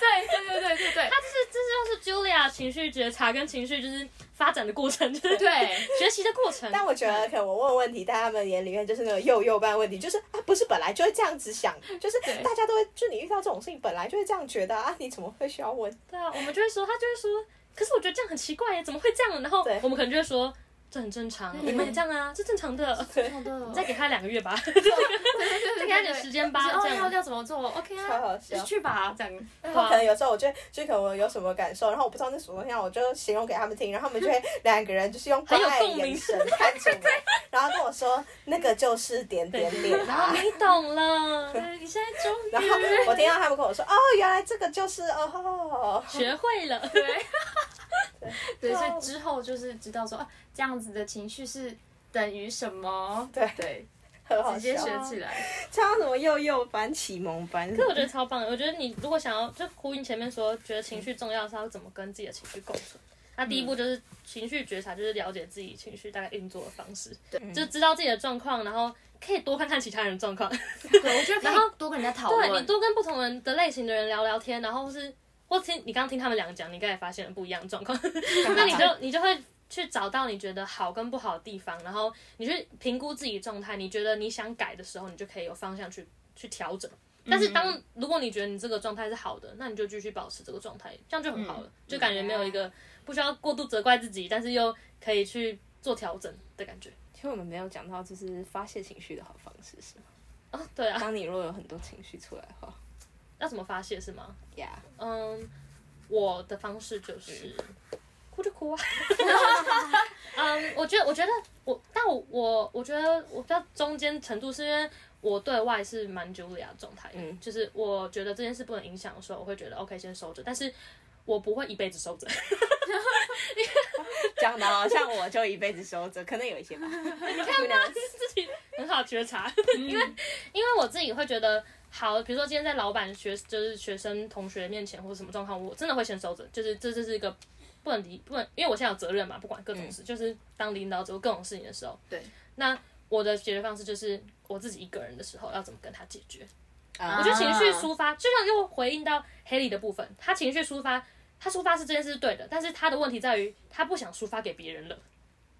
[SPEAKER 3] 对对对对对对
[SPEAKER 2] 但是这就是 Julia 情绪觉察跟情绪就是发展的过程，就是
[SPEAKER 3] 对，
[SPEAKER 2] 学习的过程。
[SPEAKER 1] 但我觉得可能我问问题，在他们眼里面就是那个幼幼班问题，就是啊，不是本来就会这样子想，就是
[SPEAKER 3] 对
[SPEAKER 1] 大家都会，就你遇到这种事情本来就会这样觉得啊，你怎么会需要问？
[SPEAKER 2] 对啊，我们就会说，他就会说，可是我觉得这样很奇怪耶，怎么会这样？然后
[SPEAKER 1] 对
[SPEAKER 2] 我们可能就会说，这很正常，
[SPEAKER 3] 对
[SPEAKER 2] 你们也这样啊，这正常的。
[SPEAKER 3] 好的，
[SPEAKER 2] 再给他两个月吧，
[SPEAKER 3] 再
[SPEAKER 2] 再给他点时间吧，
[SPEAKER 3] 哦，
[SPEAKER 2] 这
[SPEAKER 3] 要
[SPEAKER 2] 样。
[SPEAKER 3] 要怎么做？OK
[SPEAKER 1] 超
[SPEAKER 3] 啊，
[SPEAKER 1] 好
[SPEAKER 3] 就
[SPEAKER 1] 笑。
[SPEAKER 3] 去吧，这样。
[SPEAKER 1] 然后可能有时候我就就可能我有什么感受，然后我不知道那什么样，我就形容给他们听，然后他们 就会两个人就是用关爱的眼神看着我，然后跟我说那个就是点点 点
[SPEAKER 2] 然后
[SPEAKER 1] 啊。
[SPEAKER 2] 你懂了，
[SPEAKER 3] 对，你现在终于
[SPEAKER 1] 然后我听到他们跟我说，哦，原来这个就是哦，
[SPEAKER 2] 学会了。
[SPEAKER 3] 对，对，所以之后就是知道说，啊，这样子的情绪是等于什么？
[SPEAKER 1] 对
[SPEAKER 3] 对，
[SPEAKER 1] 很好
[SPEAKER 3] 直接
[SPEAKER 1] 笑，
[SPEAKER 3] 学起来。
[SPEAKER 1] 像什么幼幼班、启蒙班，
[SPEAKER 2] 可是我觉得超棒的，我觉得你如果想要就呼应前面说，觉得情绪重要是要怎么跟自己的情绪共存。那第一步就是情绪觉察，就是了解自己情绪大概运作的方式，对，就知道自己的状况，然后可以多看看其他人的状况，
[SPEAKER 3] 啊对，我觉得可
[SPEAKER 2] 然后
[SPEAKER 3] 以多跟人家讨
[SPEAKER 2] 对
[SPEAKER 3] 论。
[SPEAKER 2] 你多跟不同人的类型的人聊聊天，然后或是或听你刚刚听他们两个讲，你应该也发现了不一样的状况，那你就你就会去找到你觉得好跟不好的地方，然后你去评估自己的状态，你觉得你想改的时候，你就可以有方向去去调整。但是当如果你觉得你这个状态是好的，那你就继续保持这个状态，这样就很好了，就感觉没有一个不需要过度责怪自己，但是又可以去做调整的感觉。
[SPEAKER 5] 其实我们没有讲到，就是发泄情绪的好方式是吗？
[SPEAKER 2] 哦，对啊，
[SPEAKER 5] 当你如果有很多情绪出来的话，
[SPEAKER 2] 要怎么发泄是吗？
[SPEAKER 5] 呀、
[SPEAKER 2] 嗯，我的方式就是哭就哭啊。嗯，我觉得，我觉得我，但我我我觉得我比较中间程度，是因为我对外是蛮 Julia 的状态的，
[SPEAKER 5] 嗯
[SPEAKER 2] 就是我觉得这件事不能影响的时候，我会觉得 OK 先收着，但是我不会一辈子收着。
[SPEAKER 5] 讲的好像我就一辈子收着，可能有一些 吧。
[SPEAKER 1] 你看吧，
[SPEAKER 2] 自己很好觉察，因为因为我自己会觉得。好，比如说今天在老板、学就是学生、同学面前或者什么状况，我真的会先收着，就是这这是一个不能离不能，因为我现在有责任嘛，不管各种事，就是当领导者或各种事情的时候，
[SPEAKER 3] 对，
[SPEAKER 2] 那我的解决方式就是我自己一个人的时候要怎么跟他解决，
[SPEAKER 5] 啊
[SPEAKER 2] 我觉得情绪抒发，就像又回应到黑里的部分，他情绪抒发，他抒发是这件事是对的，但是他的问题在于他不想抒发给别人了。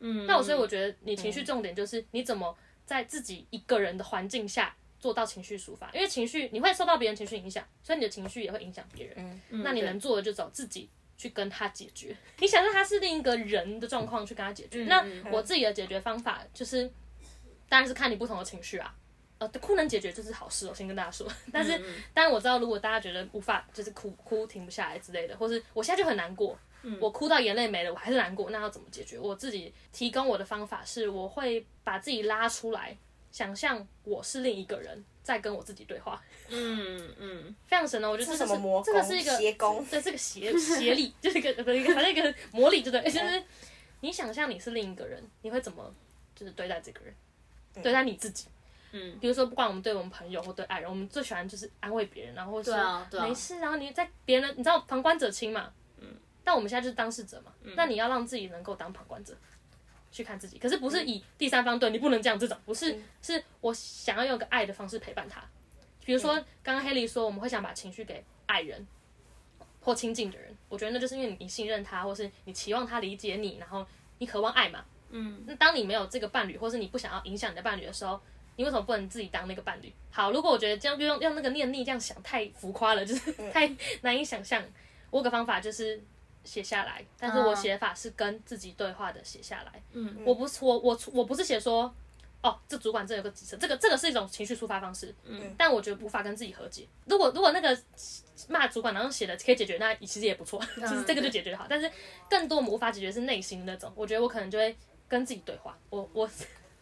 [SPEAKER 3] 嗯，
[SPEAKER 2] 那我所以我觉得你情绪重点就是你怎么在自己一个人的环境下做到情绪抒发，因为情绪你会受到别人情绪影响，所以你的情绪也会影响别人。
[SPEAKER 3] 嗯
[SPEAKER 2] 那你能做的就找自己去跟他解决。你想让他是另一个人的状况去跟他解决。那我自己的解决方法就是，当然是看你不同的情绪啊。呃，哭能解决就是好事、哦，我先跟大家说。但是，当然我知道，如果大家觉得无法，就是哭哭停不下来之类的，或是我现在就很难过，我哭到眼泪没了，我还是难过，那要怎么解决？我自己提供我的方法是，我会把自己拉出来，想象我是另一个人在跟我自己对话，
[SPEAKER 3] 嗯嗯
[SPEAKER 2] 非常神哦！我觉得
[SPEAKER 4] 这是
[SPEAKER 2] 这
[SPEAKER 4] 什
[SPEAKER 2] 个
[SPEAKER 4] 么
[SPEAKER 2] 是
[SPEAKER 4] 魔
[SPEAKER 2] 这个是一个
[SPEAKER 4] 邪功？
[SPEAKER 2] 对，这个邪邪力， 就是一个不是一个，反正一个魔力，就对，
[SPEAKER 4] 嗯
[SPEAKER 2] 就是你想象你是另一个人，你会怎么就是对待这个人，对待你自己。
[SPEAKER 3] 嗯，
[SPEAKER 2] 比如说，不管我们对我们朋友或对爱人，我们最喜欢就是安慰别人，然后或是
[SPEAKER 3] 对啊对啊
[SPEAKER 2] 没事，然后你在别人的，你知道旁观者清嘛，嗯，但我们现在就是当事者嘛，
[SPEAKER 3] 嗯
[SPEAKER 2] 那你要让自己能够当旁观者。去看自己，可是不是
[SPEAKER 3] 嗯
[SPEAKER 2] 以第三方对你不能这样这种，不是，是我想要用一个爱的方式陪伴他。比如说，
[SPEAKER 3] 嗯
[SPEAKER 2] 刚刚黑 y 说我们会想把情绪给爱人或亲近的人，我觉得那就是因为你信任他，或是你期望他理解你，然后你渴望爱嘛。嗯，那当你没有这个伴侣，或是你不想要影响你的伴侣的时候，你为什么不能自己当那个伴侣？好，如果我觉得这样用用那个念力这样想太浮夸了，就是 太难以想象。我有个方法就是写下来，但是我
[SPEAKER 3] 嗯
[SPEAKER 2] 写法是跟自己对话的写下来。
[SPEAKER 3] 嗯，
[SPEAKER 2] 我不是我我我不是写说，哦，这主管真有个急事，这个这个是一种情绪抒发方式。嗯，但我觉得无法跟自己和解。如果如果那个骂主管然后写的可以解决，那其实也不错，
[SPEAKER 4] 嗯
[SPEAKER 2] 就是这个就解决得好。但是更多我们无法解决是内心那种，我觉得我可能就会跟自己对话。我我。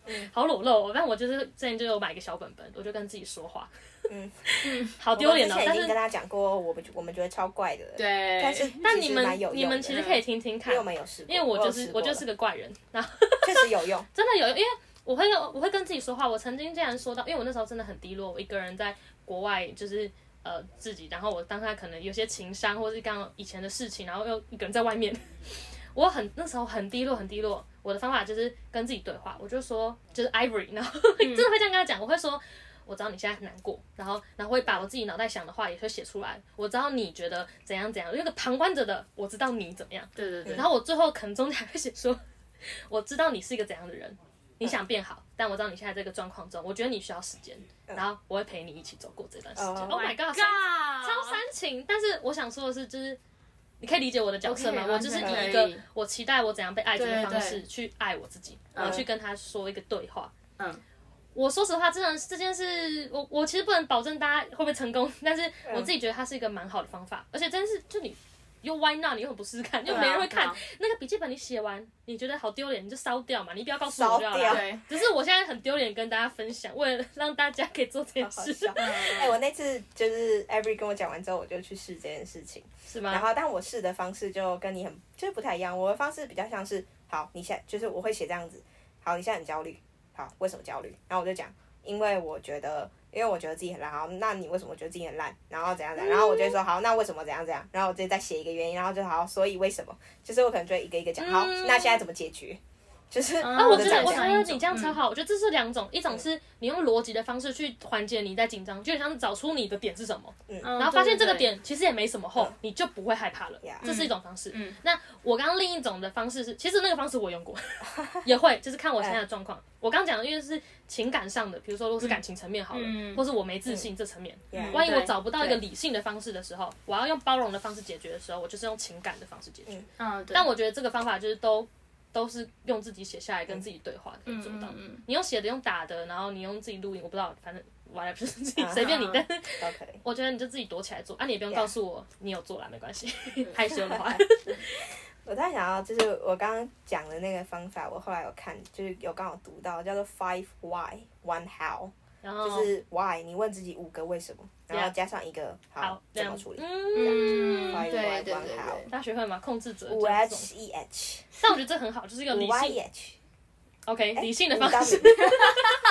[SPEAKER 4] 嗯
[SPEAKER 2] 好裸露、哦，但我就是之前就有买一个小本本，我就跟自己说话，
[SPEAKER 4] 嗯，
[SPEAKER 2] 好丢脸哦
[SPEAKER 4] 我。们之前
[SPEAKER 2] 但
[SPEAKER 4] 已
[SPEAKER 2] 是
[SPEAKER 4] 经跟大家讲过，我们我们觉得超怪的，，
[SPEAKER 3] 对，
[SPEAKER 4] 但是
[SPEAKER 2] 但
[SPEAKER 4] 其
[SPEAKER 2] 你
[SPEAKER 4] 实蛮有
[SPEAKER 2] 们你
[SPEAKER 4] 用
[SPEAKER 2] 们
[SPEAKER 4] 的
[SPEAKER 2] 其实可以听听
[SPEAKER 4] 因
[SPEAKER 2] 看
[SPEAKER 4] 为我，们有试过，
[SPEAKER 2] 因为我
[SPEAKER 4] 有
[SPEAKER 2] 就
[SPEAKER 4] 试
[SPEAKER 2] 是
[SPEAKER 4] 过
[SPEAKER 2] 我就是个怪人，然后
[SPEAKER 4] 确实有 用，
[SPEAKER 2] 真的有，因为我会有我会跟自己说话。我曾经竟然说到，因为我那时候真的很低落，我一个人在国外就是呃自己，然后我当下可能有些情商，或是刚刚以前的事情，然后又一个人在外面， 我很那时候很低落很低落。我的方法就是跟自己对话，我就说就是 Ivory，然后真的会这样跟他讲，我会说。我知道你现在很难过，然后，然后会把我自己脑袋想的话也会写出来。我知道你觉得怎样怎样，有一个旁观者的，我知道你怎么样。
[SPEAKER 3] 对对对，
[SPEAKER 2] 然后我最后可能中间还会写说，我知道你是一个怎样的人，你想变好，但我知道你现在这个状况中，我觉得你需要时间，然后我会陪你一起走过这段时间。
[SPEAKER 4] 哦
[SPEAKER 2] oh my god，超
[SPEAKER 3] 超
[SPEAKER 2] 超煽情！但是我想说的是，就是你可以理解我的角色吗
[SPEAKER 3] OK，
[SPEAKER 2] 我就是
[SPEAKER 3] 完全
[SPEAKER 2] 以一
[SPEAKER 3] 可
[SPEAKER 2] 个
[SPEAKER 3] 以
[SPEAKER 2] 我期待我怎样被爱这
[SPEAKER 3] 对
[SPEAKER 2] 个
[SPEAKER 3] 对
[SPEAKER 2] 方式去爱我自己，然后去跟他说一个对话。
[SPEAKER 3] 嗯，
[SPEAKER 2] 我说实话，真的是这件事，我我其实不能保证大家会不会成功，但是
[SPEAKER 4] 嗯
[SPEAKER 2] 我自己觉得它是一个蛮好的方法，而且真的是就你。又 why not？你又不试试看，又
[SPEAKER 4] 啊
[SPEAKER 2] 没人会看。那个笔记本你写完，你觉得好丢脸，你就烧掉嘛，你不要告诉我就好
[SPEAKER 4] 烧掉
[SPEAKER 2] 了。
[SPEAKER 3] 对，
[SPEAKER 2] 只是我现在很丢脸，跟大家分享，为了让大家可以做这件
[SPEAKER 4] 好
[SPEAKER 2] 事，
[SPEAKER 4] 笑。 哎、我那次就是 Every 跟我讲完之后，我就去试这件事情。
[SPEAKER 2] 是
[SPEAKER 4] 然
[SPEAKER 2] 吗？
[SPEAKER 4] 后，但我试的方式就跟你很就是不太一样。我的方式比较像是，好，你现在就是我会写这样子，好，你现在很焦虑，好，为什么焦虑？然后我就讲，因为我觉得，因为我觉得自己很烂，好，那你为什么觉得自己很烂？然后怎样怎样？然后我就会说，好，那为什么怎样怎样？然后我直接再写一个原因，然后就好，所以为什么？就是我可能就会一个一个讲，好，那现在怎么解决？就是
[SPEAKER 3] 啊
[SPEAKER 2] 啊，嗯我
[SPEAKER 4] 的
[SPEAKER 2] 觉
[SPEAKER 4] 战
[SPEAKER 2] 得我
[SPEAKER 4] 略
[SPEAKER 2] 觉得你
[SPEAKER 4] 嗯
[SPEAKER 2] 这样超好，我觉得这是两种，一种是你用逻辑的方式去缓解你在紧张，就很像是找出你的点是什么，
[SPEAKER 4] 嗯
[SPEAKER 3] 然
[SPEAKER 2] 然后发现这个，点其实也没什么后，你就不会害怕了
[SPEAKER 4] Yeah，
[SPEAKER 2] 这是一种方式。那我刚刚另一种的方式是，其实那个方式我用过，也会就是看我现在的状况。我刚讲的因为是情感上的，比如说如果是感情层面好了，
[SPEAKER 3] 嗯
[SPEAKER 2] 或是我没自信这层面，
[SPEAKER 4] Yeah
[SPEAKER 2] 万一我
[SPEAKER 3] 对
[SPEAKER 2] 找不到一个
[SPEAKER 4] 对
[SPEAKER 2] 理性的方式的时候，我要用包容的方式解决的时候，我就是用情感的方式解决。
[SPEAKER 3] 嗯，对，
[SPEAKER 2] 但我觉得这个方法就是都都是用自己写下来跟自己对话可以做到。
[SPEAKER 3] 嗯
[SPEAKER 2] 你用写的，用打的，然后你用自己录音，我不知道，反正我还不是自己随便你
[SPEAKER 3] 啊。
[SPEAKER 2] 但是
[SPEAKER 4] 都可以。
[SPEAKER 2] 我觉得你就自己躲起来做，啊，你也不用告诉我你有做啦，没关系，
[SPEAKER 4] 嗯
[SPEAKER 2] 害羞的话。
[SPEAKER 4] 我在想要，就是我刚刚讲的那个方法，我后来有看，就是有刚好读到叫做 Five Why One How，、
[SPEAKER 2] 然 后
[SPEAKER 4] 就是 Why 你问自己五个为什么，然后
[SPEAKER 2] 哦 Yeah
[SPEAKER 4] 加上一个好
[SPEAKER 2] 好这
[SPEAKER 4] 怎
[SPEAKER 2] 样
[SPEAKER 4] 么处理。
[SPEAKER 2] 嗯，
[SPEAKER 4] Five
[SPEAKER 3] 对
[SPEAKER 4] Why
[SPEAKER 3] 对
[SPEAKER 4] One
[SPEAKER 3] 对
[SPEAKER 4] How，
[SPEAKER 3] 对
[SPEAKER 2] 大家学会吗？控制者
[SPEAKER 4] 五
[SPEAKER 2] 这种
[SPEAKER 4] H E H，
[SPEAKER 2] 但我觉得这很好，就是一个
[SPEAKER 4] 五
[SPEAKER 2] 理
[SPEAKER 4] Y 哎
[SPEAKER 2] 性
[SPEAKER 4] E H，
[SPEAKER 2] ，OK，理性的
[SPEAKER 4] 五
[SPEAKER 2] 方式，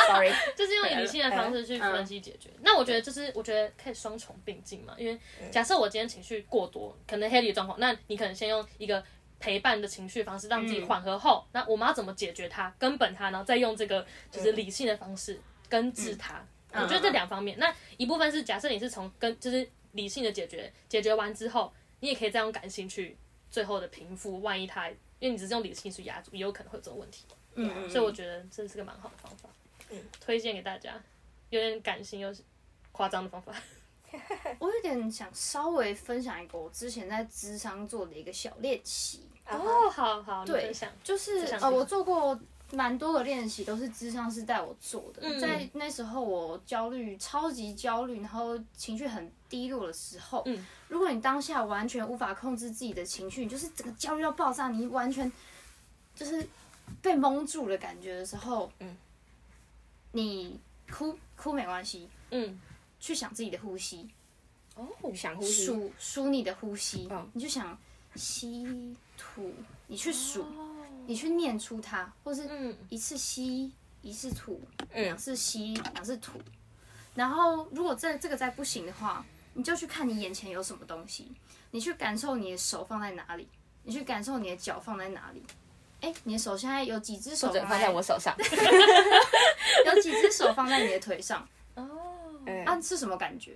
[SPEAKER 4] Sorry，
[SPEAKER 2] 就是用理性的方式去分析解决。那我觉得就是，我觉得可以双重并进嘛，因为假设我今天情绪过多，可能 Haley 的状况，那你可能先用一个。陪伴的情绪方式，让自己缓和后，那我们要怎么解决它，根本它，然后再用这个就是理性的方式根治它。我觉得这两方面，那一部分是假设你是从跟就是理性的解决，解决完之后，你也可以再用感性去最后的平复，万一他因为你只是用理性去压住，也有可能会有这种问题。
[SPEAKER 3] 嗯嗯，
[SPEAKER 2] 所以我觉得这是个蛮好的方法，
[SPEAKER 1] 嗯
[SPEAKER 2] 推荐给大家，有点感性又是夸张的方法。
[SPEAKER 3] 我有点想稍微分享一个我之前在智商做的一个小练习，
[SPEAKER 1] 啊哈，
[SPEAKER 2] 哦，好好，你
[SPEAKER 3] 对
[SPEAKER 2] 分享。
[SPEAKER 3] 就是
[SPEAKER 2] 智商
[SPEAKER 3] 呃，
[SPEAKER 2] 是
[SPEAKER 3] 我做过蛮多个练习，都是智商是带我做的。
[SPEAKER 2] 嗯
[SPEAKER 3] 在那时候我焦虑，超级焦虑，然后情绪很低落的时候，
[SPEAKER 2] 嗯
[SPEAKER 3] 如果你当下完全无法控制自己的情绪，你就是整个焦虑到爆炸，你完全就是被蒙住的感觉的时候，
[SPEAKER 6] 嗯，
[SPEAKER 3] 你哭哭没关系，
[SPEAKER 2] 嗯，
[SPEAKER 3] 去想自己的呼吸，
[SPEAKER 2] 哦，
[SPEAKER 6] 想呼吸，
[SPEAKER 3] 数数你的呼吸，
[SPEAKER 6] 嗯
[SPEAKER 3] 你就想吸吐，你去数，
[SPEAKER 6] 哦
[SPEAKER 3] 你去念出它，或是
[SPEAKER 2] 嗯
[SPEAKER 3] 一次吸一次吐，
[SPEAKER 6] 嗯
[SPEAKER 3] 两，次吸两次吐。然后如果这这个再不行的话，你就去看你眼前有什么东西，你去感受你的手放在哪里，你去感受你的脚放在哪里。哎，你的手现在有几只手
[SPEAKER 6] 或者放在我手上，
[SPEAKER 3] 有几只手放在你的腿上？
[SPEAKER 2] 哦，
[SPEAKER 6] 嗯
[SPEAKER 3] 啊，是什么感觉？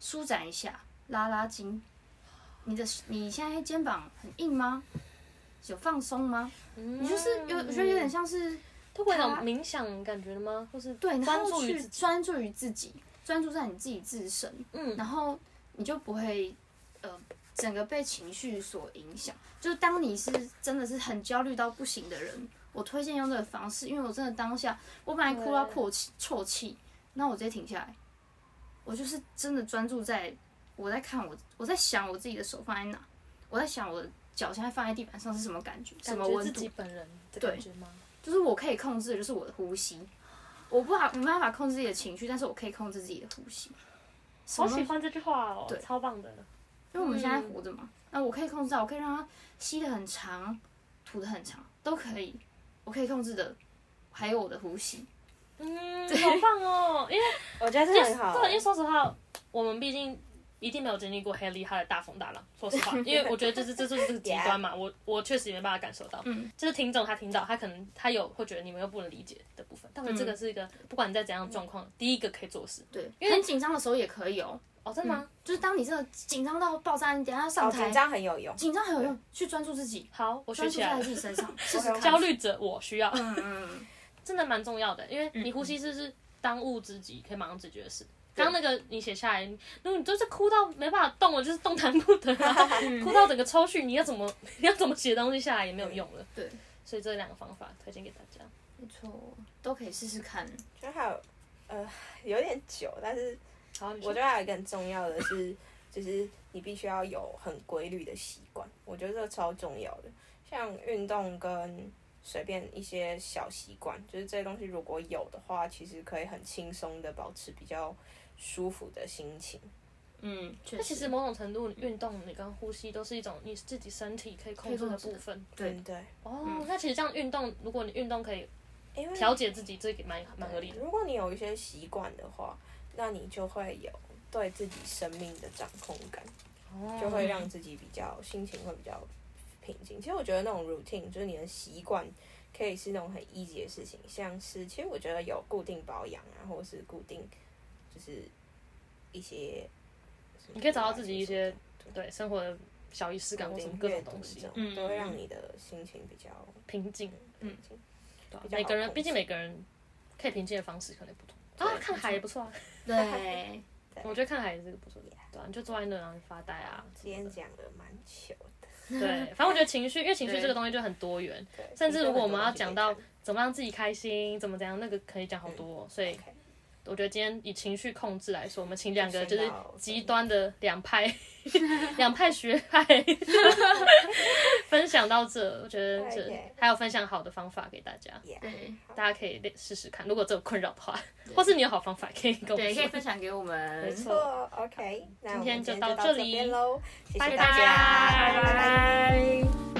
[SPEAKER 3] 舒展一下，拉拉筋。你的你现在肩膀很硬吗？有放松吗？
[SPEAKER 2] 你
[SPEAKER 3] 你就是
[SPEAKER 2] 嗯
[SPEAKER 3] 有，我觉得有点，像是
[SPEAKER 2] 都嗯会有
[SPEAKER 3] 他
[SPEAKER 2] 冥想感觉的吗？或是
[SPEAKER 3] 对，然
[SPEAKER 2] 专
[SPEAKER 3] 后
[SPEAKER 2] 注于
[SPEAKER 3] 去
[SPEAKER 2] 自己？
[SPEAKER 3] 专注于自己，专注在你自己自身，
[SPEAKER 2] 嗯
[SPEAKER 3] 然后你就不会呃整个被情绪所影响。就是当你是真的是很焦虑到不行的人，我推荐用这个方式，因为我真的当下我本来哭到
[SPEAKER 2] 对
[SPEAKER 3] 啜泣啜泣，那我直接停下来，我就是真的专注在我在看我我在想我自己的手放在哪，我在想我的脚现在放在地板上是什么感觉，什
[SPEAKER 2] 感
[SPEAKER 3] 么
[SPEAKER 2] 觉
[SPEAKER 3] 温
[SPEAKER 2] 自
[SPEAKER 3] 度
[SPEAKER 2] 己，本人的
[SPEAKER 3] 对
[SPEAKER 2] 感觉吗？
[SPEAKER 3] 就是我可以控制的就是我的呼吸，我不好没办法控制自己的情绪，但是我可以控制自己的呼吸。
[SPEAKER 2] 好
[SPEAKER 3] 什么
[SPEAKER 2] 喜欢这句话哦
[SPEAKER 3] 对，
[SPEAKER 2] 超棒的。
[SPEAKER 3] 因为我们现在活着嘛，那我可以控制到，我可以让它吸的很长，吐的很长，都可以，我可以控制的，还有我的呼吸。
[SPEAKER 2] 嗯，好棒哦！因为
[SPEAKER 1] 我觉得这很好
[SPEAKER 2] 对，因为说实话，我们毕竟一定没有经历过黑利哈的大风大浪。说实 话，因为我觉得这是这就是这个极端嘛，我我确实也没办法感受到。
[SPEAKER 3] 嗯，
[SPEAKER 2] 就是听众他听到，他可能他有会觉得你们又不能理解的部分，但是这个是一个不管你在怎样的状况，第一个可以做事。
[SPEAKER 3] 对，
[SPEAKER 2] 因为
[SPEAKER 3] 很紧张的时候也可以哦，
[SPEAKER 2] 哦，真的吗？
[SPEAKER 3] 就是当你真的紧张到爆炸，你等一下上
[SPEAKER 1] 好
[SPEAKER 4] 哦
[SPEAKER 3] 台，
[SPEAKER 1] 紧张很有用，
[SPEAKER 3] 紧张很有用，去专注自己，
[SPEAKER 2] 好，我学
[SPEAKER 3] 专注
[SPEAKER 2] 起来
[SPEAKER 3] 在
[SPEAKER 2] 了
[SPEAKER 3] 自。己 身上，试试看。
[SPEAKER 2] 焦，虑者我需要，
[SPEAKER 3] 嗯嗯，
[SPEAKER 2] 真的蛮重要的，因为你呼吸是是当务之急，可以马上解决的事。刚刚那个你写下来，如果你就是哭到没办法动了，就是动弹不得、啊，哭到整个抽搐，你要怎么 你要怎么写东西下来也没有用了。
[SPEAKER 3] 对，
[SPEAKER 2] 所以这两个方法推荐给大家。
[SPEAKER 3] 没错，都可以试试看。
[SPEAKER 1] 觉得还有呃有点久，但是
[SPEAKER 2] 好，你
[SPEAKER 1] 我
[SPEAKER 2] 说
[SPEAKER 1] 觉得还有一个很重要的是，就是你必须要有很规律的习惯，我觉得这个超重要的。像运动跟随便一些小习惯，就是这些东西如果有的话，其实可以很轻松的保持比较舒服的心情。
[SPEAKER 3] 嗯，确
[SPEAKER 2] 那
[SPEAKER 3] 实，
[SPEAKER 2] 其实某种程度，运动你跟呼吸都是一种你自己身体可以控制的部分。
[SPEAKER 3] 对
[SPEAKER 1] 嗯对，
[SPEAKER 2] 哦，那其实这样运动，如果你运动可以
[SPEAKER 1] 因为
[SPEAKER 2] 调节自己，这个蛮蛮合理的。
[SPEAKER 1] 如果你有一些习惯的话，那你就会有对自己生命的掌控感，
[SPEAKER 2] 哦
[SPEAKER 1] 就会让自己比较心情会比较平静。其实我觉得那种 routine 就是你的习惯，可以是那种很 easy 的事情，像是其实我觉得有固定保养啊，或者是固定就是一些，
[SPEAKER 2] 你可以找到自己一些
[SPEAKER 1] 对
[SPEAKER 2] 对生活的小仪式感
[SPEAKER 1] 固
[SPEAKER 2] 或什么
[SPEAKER 1] 定
[SPEAKER 2] 各
[SPEAKER 1] 阅
[SPEAKER 2] 种
[SPEAKER 1] 读
[SPEAKER 2] 东
[SPEAKER 1] 这
[SPEAKER 2] 西
[SPEAKER 1] 种，
[SPEAKER 3] 嗯
[SPEAKER 1] 都会让你的心情比较
[SPEAKER 2] 平静。
[SPEAKER 1] 平静。
[SPEAKER 2] 对啊
[SPEAKER 1] 比较
[SPEAKER 2] 每个
[SPEAKER 1] 好
[SPEAKER 2] 人
[SPEAKER 1] 控
[SPEAKER 2] 毕竟
[SPEAKER 1] 制
[SPEAKER 2] 每个人可以平静的方式可能不同
[SPEAKER 1] 对
[SPEAKER 2] 啊。看海也不错啊，
[SPEAKER 3] 对。
[SPEAKER 2] 我觉得看海也是个不错的，对啊，你就坐在那然后发呆啊什
[SPEAKER 1] 今
[SPEAKER 2] 么
[SPEAKER 1] 天
[SPEAKER 2] 的。
[SPEAKER 1] 讲的蛮久的，
[SPEAKER 2] 对，反正我觉得情绪，因为情绪
[SPEAKER 3] 对
[SPEAKER 2] 这个东西就很多元，
[SPEAKER 1] 对。
[SPEAKER 2] 甚至如果我们要
[SPEAKER 1] 其实有
[SPEAKER 2] 讲
[SPEAKER 1] 很多东西可以
[SPEAKER 2] 到怎么让自己开心，怎么怎样，那个可以讲好多哦、所以
[SPEAKER 1] OK
[SPEAKER 2] 我觉得今天以情绪控制来说，我们请两个就是
[SPEAKER 1] 先到
[SPEAKER 2] 极端的两派，两派学派 分享到这，我觉得这
[SPEAKER 1] OK
[SPEAKER 2] 还有分享好的方法给大家，
[SPEAKER 1] Yeah
[SPEAKER 3] 对
[SPEAKER 2] 大家可以试试看，如果这有困扰的话，或是你有好方法可以 跟我们
[SPEAKER 3] 对，可以
[SPEAKER 2] 说。
[SPEAKER 3] 分享给我们。
[SPEAKER 2] 没
[SPEAKER 1] 不
[SPEAKER 2] 错
[SPEAKER 1] 错，OK，那我
[SPEAKER 2] 今天
[SPEAKER 1] 们
[SPEAKER 2] 就
[SPEAKER 1] 今天
[SPEAKER 2] 到
[SPEAKER 1] 就
[SPEAKER 2] 这
[SPEAKER 1] 到这
[SPEAKER 2] 里
[SPEAKER 1] 边喽，谢
[SPEAKER 2] 拜
[SPEAKER 1] 谢大家，拜拜。
[SPEAKER 2] 拜